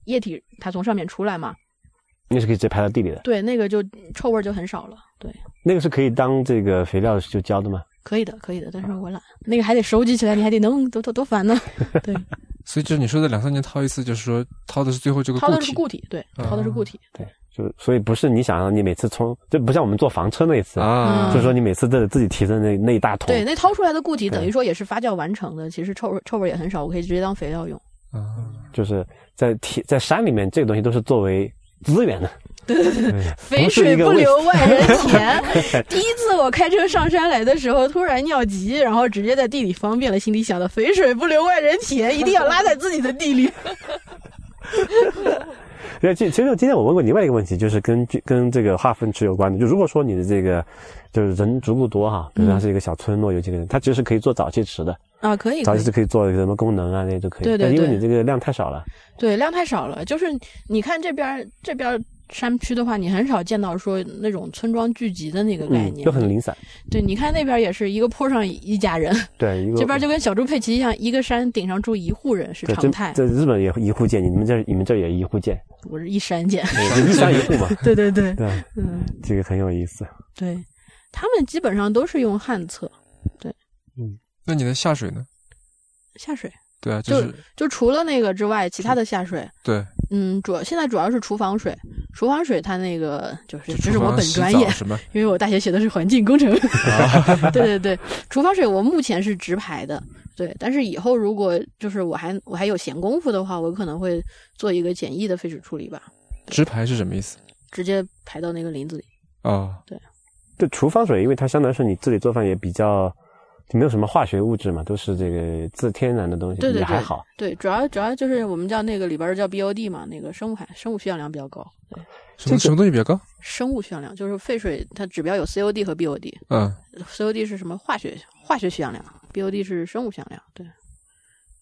D: 液体，它从上面出来嘛，
C: 那是可以直接排到地里的，
D: 对，那个就臭味儿就很少了，对，
C: 那个是可以当这个肥料就浇的吗？
D: 可以的，可以的，但是我懒，那个还得收集起来，你还得弄，多多多烦呢，对，
F: 所以就是你说的两三年掏一次，就是说掏的是最后这个
D: 掏
F: 固
D: 的是
F: 体
D: 固体，对，
C: 嗯
D: 掏的是固体，
C: 对，就所以不是你想让你每次冲，这不像我们做房车那一次，
F: 啊，
D: 嗯
C: 就是说你每次都得自己提着那那一大桶。
D: 对，那掏出来的固体
C: 对
D: 等于说也是发酵完成的，其实臭味臭味儿也很少，我可以直接当肥料 用，
F: 啊，
C: 就是在田在山里面，这个东西都是作为资 源的。
D: 肥
C: 不是
D: 水
C: 一个
D: 不
C: 问
D: 流外人田。 第一次我开车上山来的时候，突然尿急，然后直接在地里方便了，心里想的肥水不流外人田，一定要拉在自己的地里。
C: 对，其其实今天我问过另外一个问题，就是跟跟这个化粪池有关的。就如果说你的这个就是人足够多哈，比
D: 嗯
C: 如说它是一个小村落，有几个人，它其实是可以做早期池的，
D: 啊，可以，
C: 早
D: 可
C: 期
D: 以
C: 池，可以做什么功能啊那些都可以。
D: 对对
C: 但因为
D: 对
C: 你这个量太少了，
D: 对，量太少了。就是你看这边儿这边儿山区的话，你很少见到说那种村庄聚集的那个概
C: 嗯，
D: 念。
C: 就很零散。
D: 对，你看那边儿也是一个坡上一家人，
C: 对，一个
D: 这边儿就跟小猪佩奇一样，一个山顶上住一户人是
C: 对，
D: 常态，
C: 这这日本也一户建，你们这你们这也一户建，
D: 我是一山见。
C: 对一山一户嘛。
D: 对对对，
C: 对，
D: 嗯。
C: 这个很有意思。
D: 对，他们基本上都是用旱厕
F: 那你的下水呢？
D: 下水，
F: 对啊，就是
D: 就除了那个之外，其他的下水，
F: 对，
D: 嗯，主要现在主要是厨房水，厨房水它那个就是
F: 就
D: 这
F: 厨
D: 是我
F: 房
D: 本
F: 洗
D: 专
F: 澡
D: 业，
F: 什么
D: 因为我大学学的是环境 工程。啊对对对，厨房水我目前是直排的，对，但是以后如果就是我还我还有闲工夫的话，我可能会做一个简易的废水处理吧，
F: 直排是什么意思？
D: 直接排到那个林子里。
F: 哦，
C: 对，厨房水，因为它相当于是你自己做饭也比较。就没有什么化学物质嘛，都是这个自天然的东西，
D: 对对
C: 也还
D: 对
C: 好。
D: 对，主要主要就是我们叫那个里边儿叫 BOD 嘛，那个生物含生物需氧量比较高。
F: 什么什么东西比较高？
D: 生物需氧量，就是废水它指标有 COD 和 BOD。
F: 嗯，
D: COD 是什么？化学化学需氧量，BOD 是生物需氧量。对，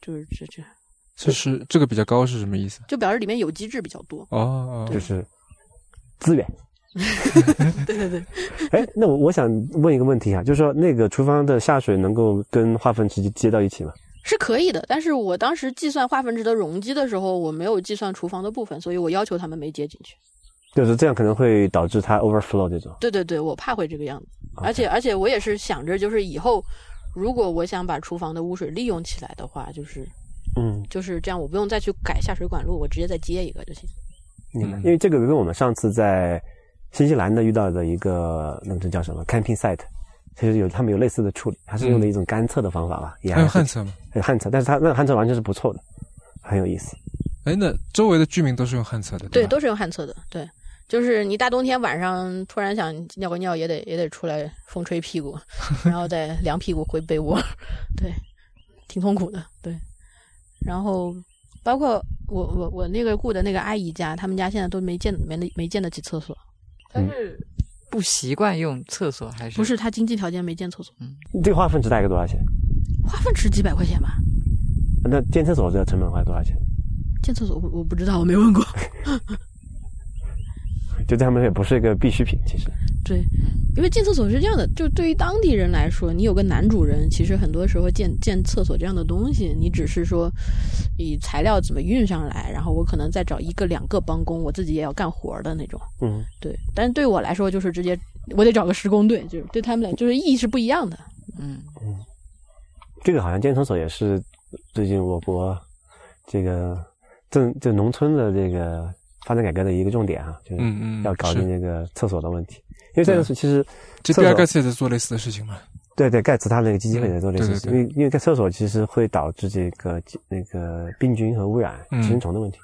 D: 就是这这，
F: 就是这个比较高是什么意思？
D: 就表示里面有机质比较多。
F: 哦哦，
C: 就是资源。
D: 对对对，
C: 哎，那我我想问一个问题啊，就是说那个厨房的下水能够跟化粪池接到一起吗？
D: 是可以的。但是我当时计算化粪池的容积的时候，我没有计算厨房的部分，所以我要求他们没接进去。
C: 就是这样可能会导致它 overflow 这种。
D: 对对对，我怕会这个样子。
C: OK
D: 而且而且我也是想着，就是以后如果我想把厨房的污水利用起来的话，就是
C: 嗯，
D: 就是这样，我不用再去改下水管路，我直接再接一个就行。
C: 明白。
F: 嗯
C: 因为这个跟我们上次在新西兰的遇到的一个那个叫什么 camping site，其实有他们有类似的处理，它是用的一种干测的方法吧，也
F: 嗯还有
C: 还
F: 旱厕吗？
C: 有旱厕，但是它那个旱厕完全是不错的，很有意思。
F: 哎，那周围的居民都是用旱厕的，
D: 对，
F: 吧
D: 都是用旱厕的。对，就是你大冬天晚上突然想尿个尿，也得也得出来风吹屁股，然后再 凉屁股回被窝，对，挺痛苦的。对，然后包括我我我那个雇的那个阿姨家，他们家现在都没建没没建得起厕所，
A: 但是不习惯用厕所还是
D: 不是他经济条件没建厕所，
C: 这个花粪池大概多少钱？
D: 花粪池几百块钱吧。
C: 那建厕所这个成本花多少钱？
D: 建厕所我我不知道，我没问过。
C: 就在他们也不是一个必需品，其实。
D: 对，因为建厕所是这样的，就对于当地人来说，你有个男主人，其实很多时候建建厕所这样的东西，你只是说以材料怎么运上来，然后我可能再找一个两个帮工，我自己也要干活儿的那种。
C: 嗯，
D: 对，但是对我来说就是直接我得找个施工队，就是对他们来就是意义是不一样的。
A: 嗯
C: 这个好像建厕所也是最近我国这个政就农村的这个发展改革的一个重点啊，就是
F: 嗯嗯，
C: 要搞定
F: 是
C: 这个厕所的问题。因为现在
F: 对
C: 其实
F: 这
C: 厕
F: 比尔
C: 所
F: 盖茨也在做类似的事情嘛？
C: 对对，盖茨他那个基金会在做类似
F: 嗯
C: 事，
F: 对对
C: 因为因为盖厕所其实会导致这个那个病菌和污染、
F: 嗯
C: 寄生虫的问题。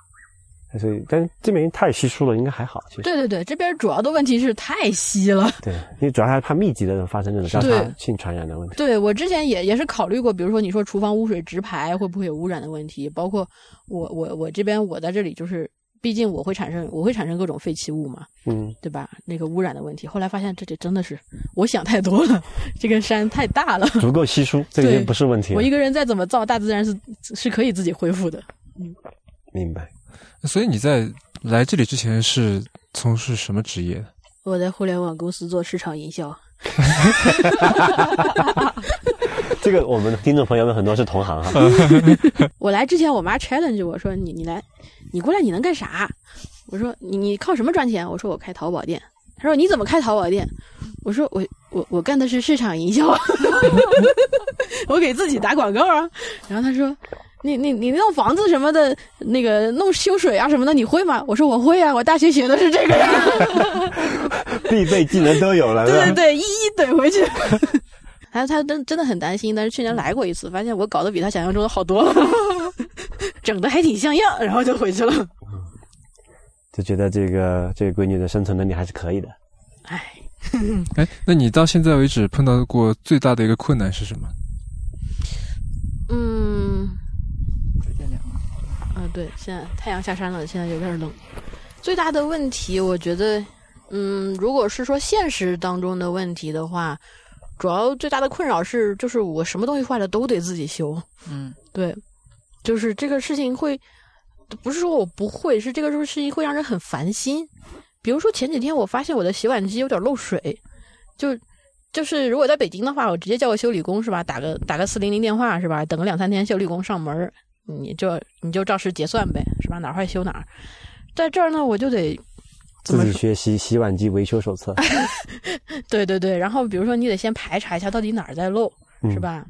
C: 所以，但是这边太稀疏了，应该还好。其实
D: 对对对，这边主要的问题是太稀了。
C: 对，因为主要还是怕密集的发生这种交
D: 对
C: 叉性传染的问题。
D: 对我之前也也是考虑过，比如说你说厨房污水直排会不会有污染的问题，包括我我我这边我在这里就是，毕竟我会产生我会产生各种废弃物嘛，
C: 嗯，
D: 对吧？那个污染的问题，后来发现这这真的是我想太多了，这个山太大了，
C: 足够稀疏，这个已经不是问题了
D: 我一。个人再怎么造，大自然是是可以自己恢复的。
C: 明白。
F: 所以你在来这里之前是从事什么职业的？
D: 我在互联网公司做市场营销，
C: 这个我们的听众朋友们很多是同行 哈。
D: 我来之前，我妈 challenge 我说：“你你来，你过来你能干啥？”我说：“你你靠什么赚钱？”我说：“我开淘宝店。”她说：“你怎么开淘宝店？”我说：“我我我干的是市场营销， 我给自己打广告啊。”然后她说：“你你你弄房子什么的，那个弄修水啊什么的，你会吗？”我说：“我会啊，我大学学的是这个呀。
C: 必备技能都有”了，
D: 对
C: 是
D: 对
C: 吧
D: 对，一一怼回去。她她真真的很担心，但是去年来过一次，发现我搞得比她想象中的好多了， 整的还挺像样，然后就回去了。
C: 就觉得这个这个闺女的生存能力还是可以的。
D: 唉，
F: 哎，那你到现在为止碰到过最大的一个困难是什么？
D: 嗯，
A: 见了
D: 啊，对，现在太阳下山了，现在有点冷。最大的问题，我觉得，嗯，如果是说现实当中的问题的话，主要最大的困扰是，就是我什么东西坏了都得自己修。
A: 嗯
D: 对，就是这个事情会，不是说我不会，是这个事情会让人很烦心。比如说前几天我发现我的洗碗机有点漏水，就就是如果在北京的话，我直接叫个修理工是吧？打个打个四零零电话是吧？等个两三天修理工上门儿，你就你就照实结算呗是吧？哪儿坏修哪儿。在这儿呢，我就得
C: 自
D: 怎么
C: 己
D: 说？
C: 学习洗碗机维修手册，
D: 对对对，然后比如说你得先排查一下到底哪儿在漏，
C: 嗯
D: 是吧？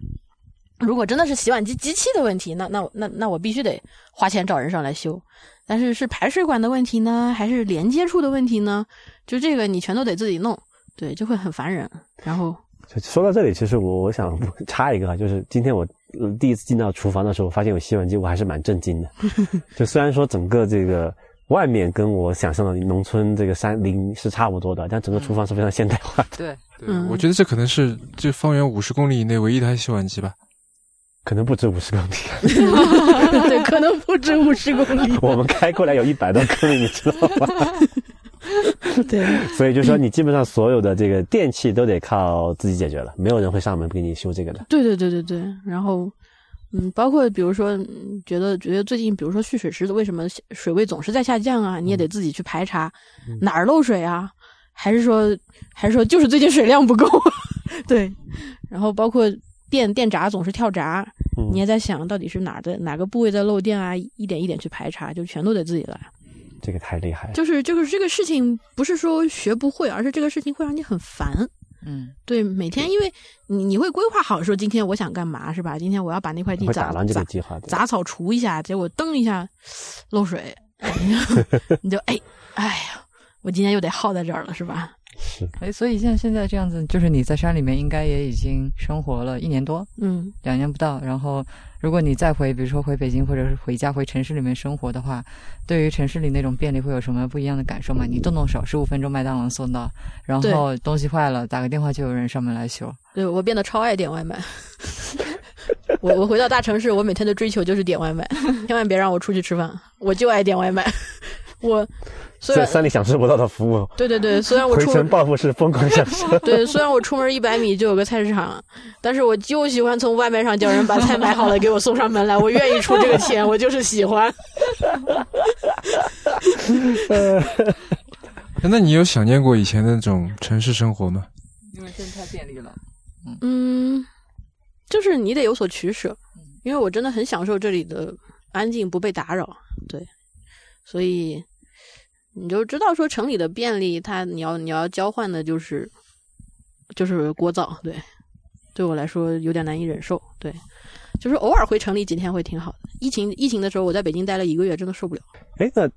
D: 如果真的是洗碗机机器的问题，那那我那那我必须得花钱找人上来修。但是是排水管的问题呢，还是连接处的问题呢？就这个你全都得自己弄，对，就会很烦人。然后
C: 就说到这里，其实我我想
D: 嗯
C: 插一个哈，就是今天我呃第一次进到厨房的时候，我发现有洗碗机，我还是蛮震 惊的。就虽然说整个这个外面跟我想象的农村这个山林是差不多的，但整个厨房是非常现代化的，
A: 对，
F: 对
D: 嗯
F: 我觉得这可能是这方圆五十公里以内唯一的一台洗碗机吧。
C: 可能不止五十公里，
D: 对，可能不止五十公 里。
C: 我 们开过来有一百多公里，你知道吗？
D: 对，
C: 所以就说你基本上所有的这个电器都得靠自己解决了，没有人会上门给你修这个的。
D: 对对对对对，然后。嗯，包括比如说，嗯觉得觉得最近，比如说蓄水池子为什么水位总是在下降啊？你也得自己去排查、哪儿漏水啊，还是说还是说就是最近水量不够？ 对，然后包括电电闸总是跳闸，
C: 嗯
D: 你也在想到底是哪儿的哪个部位在漏电啊？一点一点去排查，就全都得自己来。
C: 这个太厉害了。
D: 就是就是这个事情不是说学不会，而是这个事情会让你很烦。
A: 嗯
D: 对，每天因为你你会规划好说今天我想干嘛是吧？今天我要把那块地
C: 会打
D: 杂
C: 乱这
D: 杂
C: 个计划的，
D: 杂草除一下，结果蹬一下漏水，哎 呀你就哎哎呀，我今天又得耗在这儿了是吧？
C: 是
A: 哎，所以像现在这样子，就是你在山里面应该也已经生活了一年多，
D: 嗯，
A: 两年不到。然后，如果你再回，比如说回北京或者是回家回城市里面生活的话，对于城市里那种便利会有什么不一样的感受吗？你动动手，十五分钟麦当劳送到，然后
D: 对
A: 东西坏了打个电话就有人上门来修。
D: 对我变得超爱点外卖。我我回到大城市，我每天的追求就是点外 卖，千万别让我出去吃饭，我就爱点外卖。我虽
C: 在
D: 然
C: 山里享受不到的服务，
D: 对对对，虽然我
C: 回
D: 出
C: 程报复式疯狂享受。
D: 对，虽然我出门一百米就有个菜市场，但是我就喜欢从外卖上叫人把菜买好了给我送上门来，我愿意出这个钱，我就是喜欢。
F: 那你有想念过以前那种城市生活吗？
A: 因为现在太便利了。
D: 嗯，就是你得有所取舍，因为我真的很享受这里的安静，不被打扰。对，所以你就知道说城里的便利，它你要你要交换的就是就是聒噪，对，对我来说有点难以忍受。对，就是偶尔回城里几天会挺好的。疫情疫情的时候，我在北京待了一个月，真的受不了。
C: 哎，那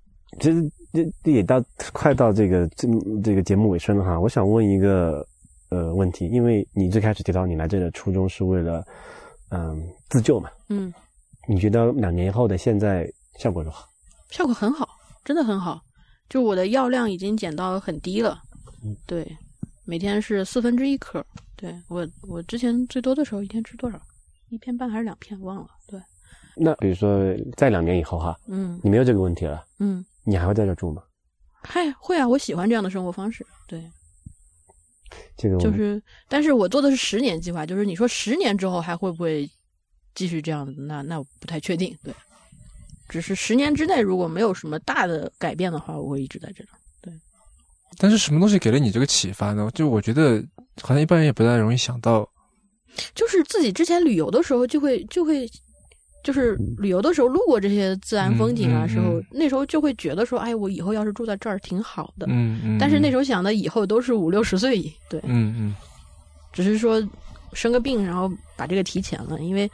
C: 其实这这也到快到这个这这个节目尾声了哈，我想问一个呃问题，因为你最开始提到你来这里的初衷是为了嗯、自救嘛，
D: 嗯，
C: 你觉得两年后的现在效果如何？
D: 效果很好，真的很好。就我的药量已经减到很低了，
C: 嗯
D: 对，每天是四分之一颗。对我，我之前最多的时候一天吃多少？一片半还是两片？忘了。对，
C: 那比如说在两年以后哈，
D: 嗯
C: 你没有这个问题了，
D: 嗯，
C: 你还会在这住吗？
D: 嗨，会啊，我喜欢这样的生活方式。对，
C: 这个我
D: 就
C: 们
D: 是，但是我做的是十年计划，就是你说十年之后还会不会继续这样子？那那我不太确定。对，只是十年之内如果没有什么大的改变的话，我会一直在这里。
F: 但是什么东西给了你这个启发呢？就我觉得好像一般人也不太容易想到。
D: 就是自己之前旅游的时候就会就会，就是旅游的时候路过这些自然风景
F: 嗯嗯
D: 啊
F: 嗯
D: 时候
F: 嗯，
D: 那时候就会觉得说，哎，我以后要是住在这儿挺好的。
F: 嗯嗯。
D: 但是那时
F: 候，
D: 候想的以后都是五六十岁，对，
F: 嗯嗯，
D: 只是说生个病，然后把这个提前了，因为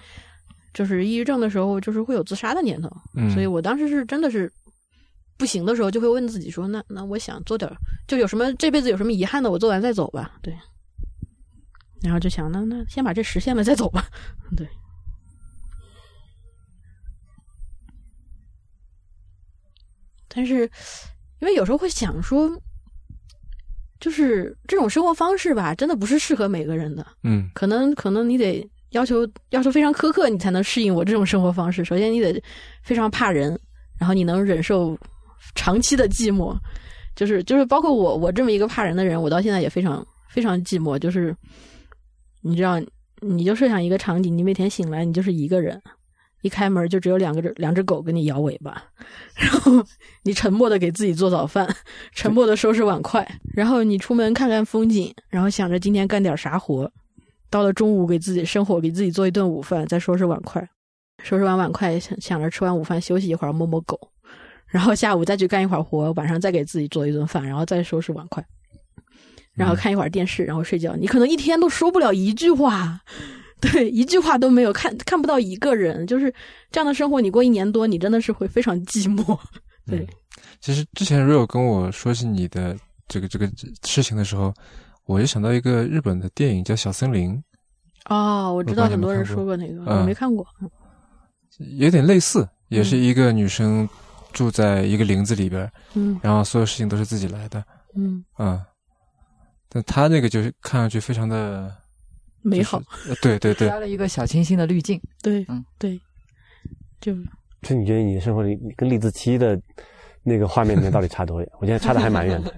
D: 就是抑郁症的时候，就是会有自杀的念头，
F: 嗯
D: 所以我当时是真的是不行的时候，就会问自己说，那那我想做点儿，就有什么这辈子有什么遗憾的，我做完再走吧，对。然后就想，那那先把这实现了再走吧， 对。但是，因为有时候会想说，就是这种生活方式吧，真的不是适合每个人的。
F: 嗯
D: 可能可能你得要求要求非常苛刻，你才能适应我这种生活方式。首先，你得非常怕人，然后你能忍受长期的寂寞，就是就是包括我我这么一个怕人的人，我到现在也非常非常寂寞。就是你知道，你就设想一个场景，你每天醒来你就是一个人，一开门就只有两个只两只狗跟你摇尾巴， 然后你沉默的给自己做早饭，沉默的收拾碗筷，然后你出门看看风景，然后想着今天干点啥活。到了中午，给自己生火，给自己做一顿午饭，再收拾碗筷，收拾完碗筷，想想着吃完午饭休息一会儿，摸摸狗，然后下午再去干一会儿活，晚上再给自己做一顿饭，然后再收拾碗筷，
F: 嗯
D: 然后看一会儿电视，然后睡觉。你可能一天都说不了一句话， 对，一句话都没有，看看不到一个人，就是这样的生活。你过一年多，你真的是会非常寂寞。 对，
F: 嗯其实之前 Rio 跟我说起你的这个这个事情的时候，我就想到一个日本的电影叫《小森林
D: 哦，我知道
F: 我不知道你
D: 很
F: 们
D: 多人
F: 看
D: 说
F: 过
D: 过那个，
F: 嗯
D: 我没看过。》，
F: 有点类似，也是一个女生住在一个林子里边儿，
D: 嗯
F: 然后所有事情都是自己来的，
D: 嗯，
F: 嗯。但她那个就是看上去非常的
D: 美好，，
F: 就是呃对对对
A: 加，了一个小清新的滤镜，
D: 对、
A: 嗯
D: 对，就
C: 就你觉得你的生活里跟栗子柒的那个画面里面到底差多远？我觉得差的还蛮远 的。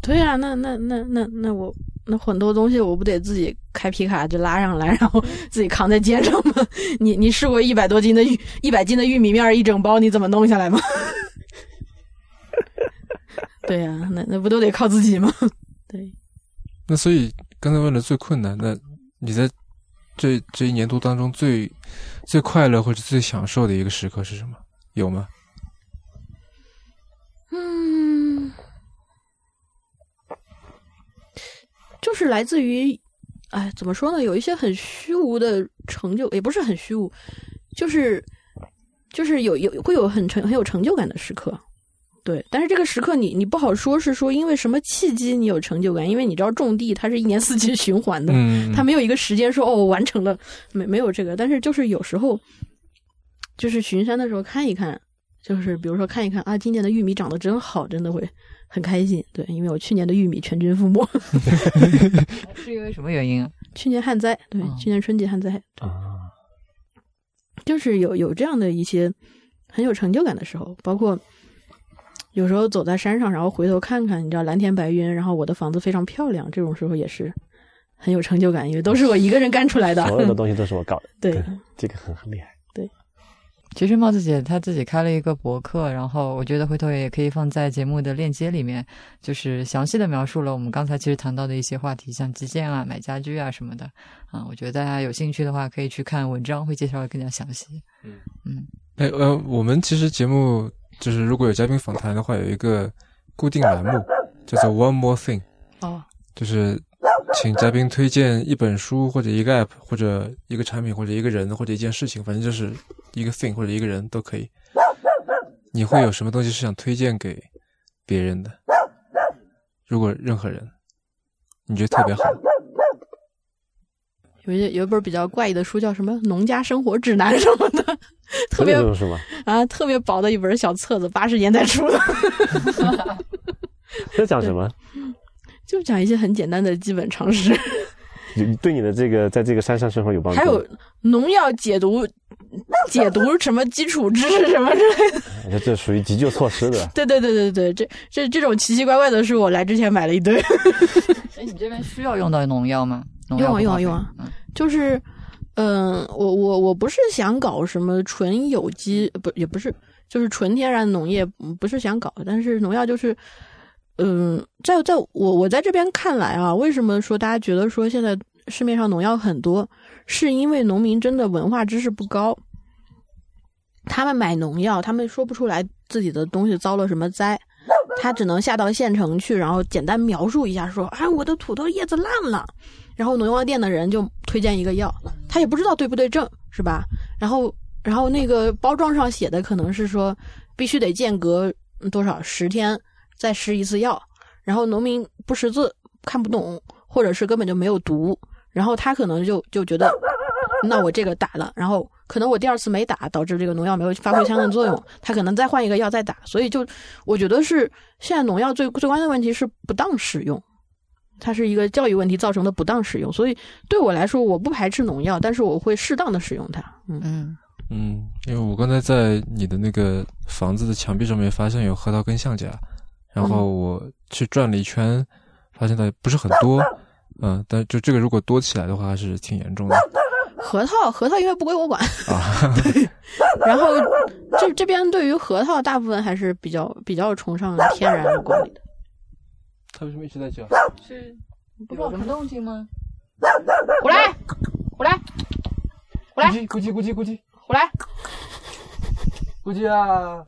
D: 对啊，那那那那那我那很多东西我不得自己开皮卡就拉上来， 然后自己扛在肩上吗？你你试过一百多斤的玉一百斤的玉米面儿一整包，你怎么弄下来吗？ 对呀、那那不都得靠自己吗？ 对，
F: 那所以刚才问了最困难，那你在这这一年多当中最最快乐或者最享受的一个时刻是什么？有吗？
D: 嗯，就是来自于，哎，怎么说呢？有一些很虚无的成就，也不是很虚无，就是就是有有会有很成很有成就感的时刻。对，但是这个时刻你你不好说是说因为什么契机你有成就感，因为你知道种地它是一年四季循环的，
F: 嗯，
D: 他没有一个时间说哦，我完成了，没没有这个。但是就是有时候，就是巡山的时候看一看，就是比如说看一看啊，今年的玉米长得真好，真的会很开心。对，因为我去年的玉米全军覆没，
A: 是因为什么原因啊？
D: 去年旱灾，对，
A: 嗯
D: 去年春季旱灾，
C: 啊，
D: 就是有有这样的一些很有成就感的时候，包括有时候走在山上，然后回头看看，你知道蓝天白云，然后我的房子非常漂亮，这种时候也是很有成就感，因为都是我一个人干出来的。
C: 所有的东西都是我搞的，
D: 对，
C: 这个很很厉害。
A: 其实帽子姐她自己开了一个博客，然后我觉得回头也可以放在节目的链接里面，就是详细的描述了我们刚才其实谈到的一些话题，像基建啊、买家居啊什么的啊、我觉得大家有兴趣的话，可以去看文章，会介绍的更加详细。
B: 哎呃，我们其实节目就是如果有嘉宾访谈的话，有一个固定栏目叫做 One More Thing，
D: 哦，
B: 就是请嘉宾推荐一本书或者一个 app 或者一个产品或者一个人或者一件事情，反正就是一个 thing 或者一个人都可以。你会有什么东西是想推荐给别人的？如果任何人你觉得特别好，
D: 有一有一本比较怪异的书，叫什么《农家生活指南》什么的，特别
C: 有这种书吗？
D: 啊，特别薄的一本小册子，八十年代出的，
C: 这讲什么？
D: 就讲一些很简单的基本常识，
C: 有对你的这个在这个山上生活有帮助？
D: 还有农药解毒、解毒什么基础知识什么之类的。
C: 这这属于急救措
D: 。
C: 施的
D: 对对对对对，这这这种奇奇怪怪的书，我来之前买了一堆。
A: 哎，你这边需要用到农药吗？农
D: 用
A: 药
D: 啊用啊
A: 不
D: 用
A: 花
D: 啊
A: 费！嗯
D: 就是，嗯、我我我不是想搞什么纯有机，呃不也不是，就是纯天然农业，嗯不是想搞，但是农药就是，嗯、在在我我在这边看来啊，为什么说大家觉得说现在市面上农药很多，是因为农民真的文化知识不高。他们买农药，他们说不出来自己的东西遭了什么灾，他只能下到县城去，然后简单描述一下，说：“哎，我的土豆叶子烂了。”然后农药店的人就推荐一个药，他也不知道对不对症，是吧？然后，然后那个包装上写的可能是说必须得间隔嗯多少十天再施一次药，然后农民不识字看不懂，或者是根本就没有读，然后他可能就就觉得，那我这个打了，然后可能我第二次没打，导致这个农药没有发挥相应作用，他可能再换一个药再打，所以就我觉得是现在农药最最关键的问题是不当使用。它是一个教育问题造成的不当使用，所以对我来说，我不排斥农药，但是我会适当的使用它。嗯，
A: 嗯，
B: 嗯，因为我刚才在你的那个房子的墙壁上面发现有核桃跟橡夹，然后我去转了一圈，发现它不是很多，嗯，但就这个如果多起来的话，还是挺严重的
D: 核桃，核桃因为不归我管，
B: 啊。
D: 然后这这边对于核桃，大部分还是比较比较崇尚天然的管理的。
B: 它为什么一直在叫？
A: 是
D: 不知道什么
A: 动静吗？
D: 回来，回来，回来，
G: 咕叽咕叽咕叽
D: 回来，
G: 咕叽啊！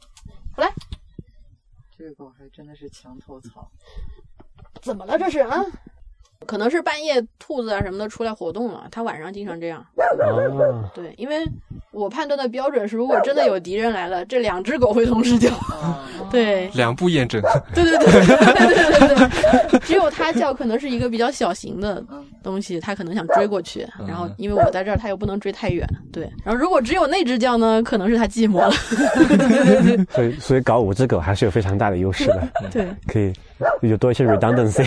A: 这个狗还真的是墙头草。
D: 怎么了这是啊？可能是半夜兔子啊什么的出来活动了，它晚上经常这样。
C: 哦，
D: 对，因为我判断的标准是，如果真的有敌人来了，这两只狗会同时叫。 对，
B: 两步验证，
D: 对对对对对对对，只有它叫，可能是一个比较小型的东西，它可能想追过去，然后因为我在这儿，它又不能追太远，对。然后如果只有那只叫呢，可能是它寂寞了，
C: 所以所以搞五只狗还是有非常大的优势 的，
D: 对。
C: 可以有多一些 redundancy。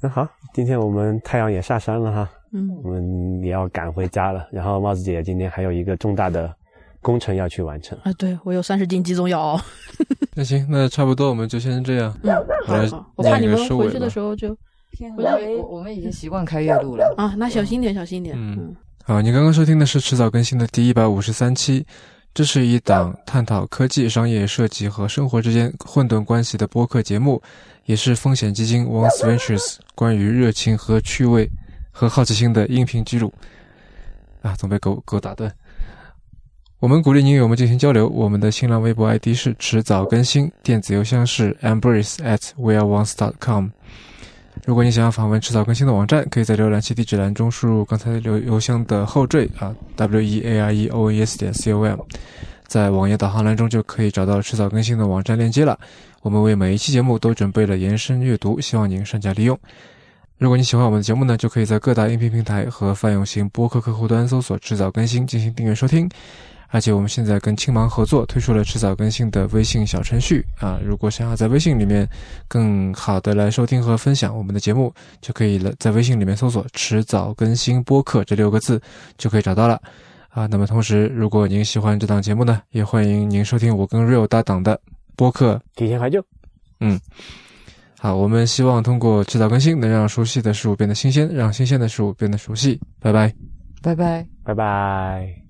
C: 那 好，今天我们太阳也下山了哈，
D: 嗯，
C: 我们也要赶回家了。然后帽子姐今天还有一个重大的工程要去完成。
D: 啊，对我有三十斤集中药熬，
B: 那行，那差不多我们就先这样。
D: 嗯，好
B: 来
D: 好，我怕你们
B: 那个收尾
D: 回去
B: 吧
D: 的时候就
A: 天
D: 哪
A: 我我们已经习惯开夜路了。
D: 啊，那小心点，小心点，
B: 嗯
D: 嗯
B: 好，你刚刚收听的是迟早更新的第一百五十三期，这是一档探讨科技、商业、设计和生活之间混沌关系的播客节目，也是风险基金 Once Ventures 关于热情和趣味和好奇心的音频记录。啊，总被狗狗打断。我们鼓励您与我们进行交流，我们的新浪微博 ID 是迟早更新，电子邮箱是 embrace at weareones.com。如果你想要访问迟早更新的网站，可以在浏览器地址栏中输入刚才邮邮箱的后缀啊，w e a r e o e s 点 c o m，在网页导航栏中就可以找到迟早更新的网站链接了。我们为每一期节目都准备了延伸阅读，希望您善加利用。如果你喜欢我们的节目呢，就可以在各大音频平台和泛用型播客客户端搜索“迟早更新”进行订阅收听。而且我们现在跟青芒合作推出了迟早更新的微信小程序啊，如果想要在微信里面更好的来收听和分享我们的节目，就可以了在微信里面搜索“迟早更新播客”这六个字，就可以找到了。啊。那么同时，如果您喜欢这档节目呢，也欢迎您收听我跟 Real 搭档的播客
C: 提前怀旧，
B: 好，我们希望通过制造更新，能让熟悉的事物变得新鲜，让新鲜的事物变得熟悉。拜拜。
H: 拜拜。
C: 拜拜。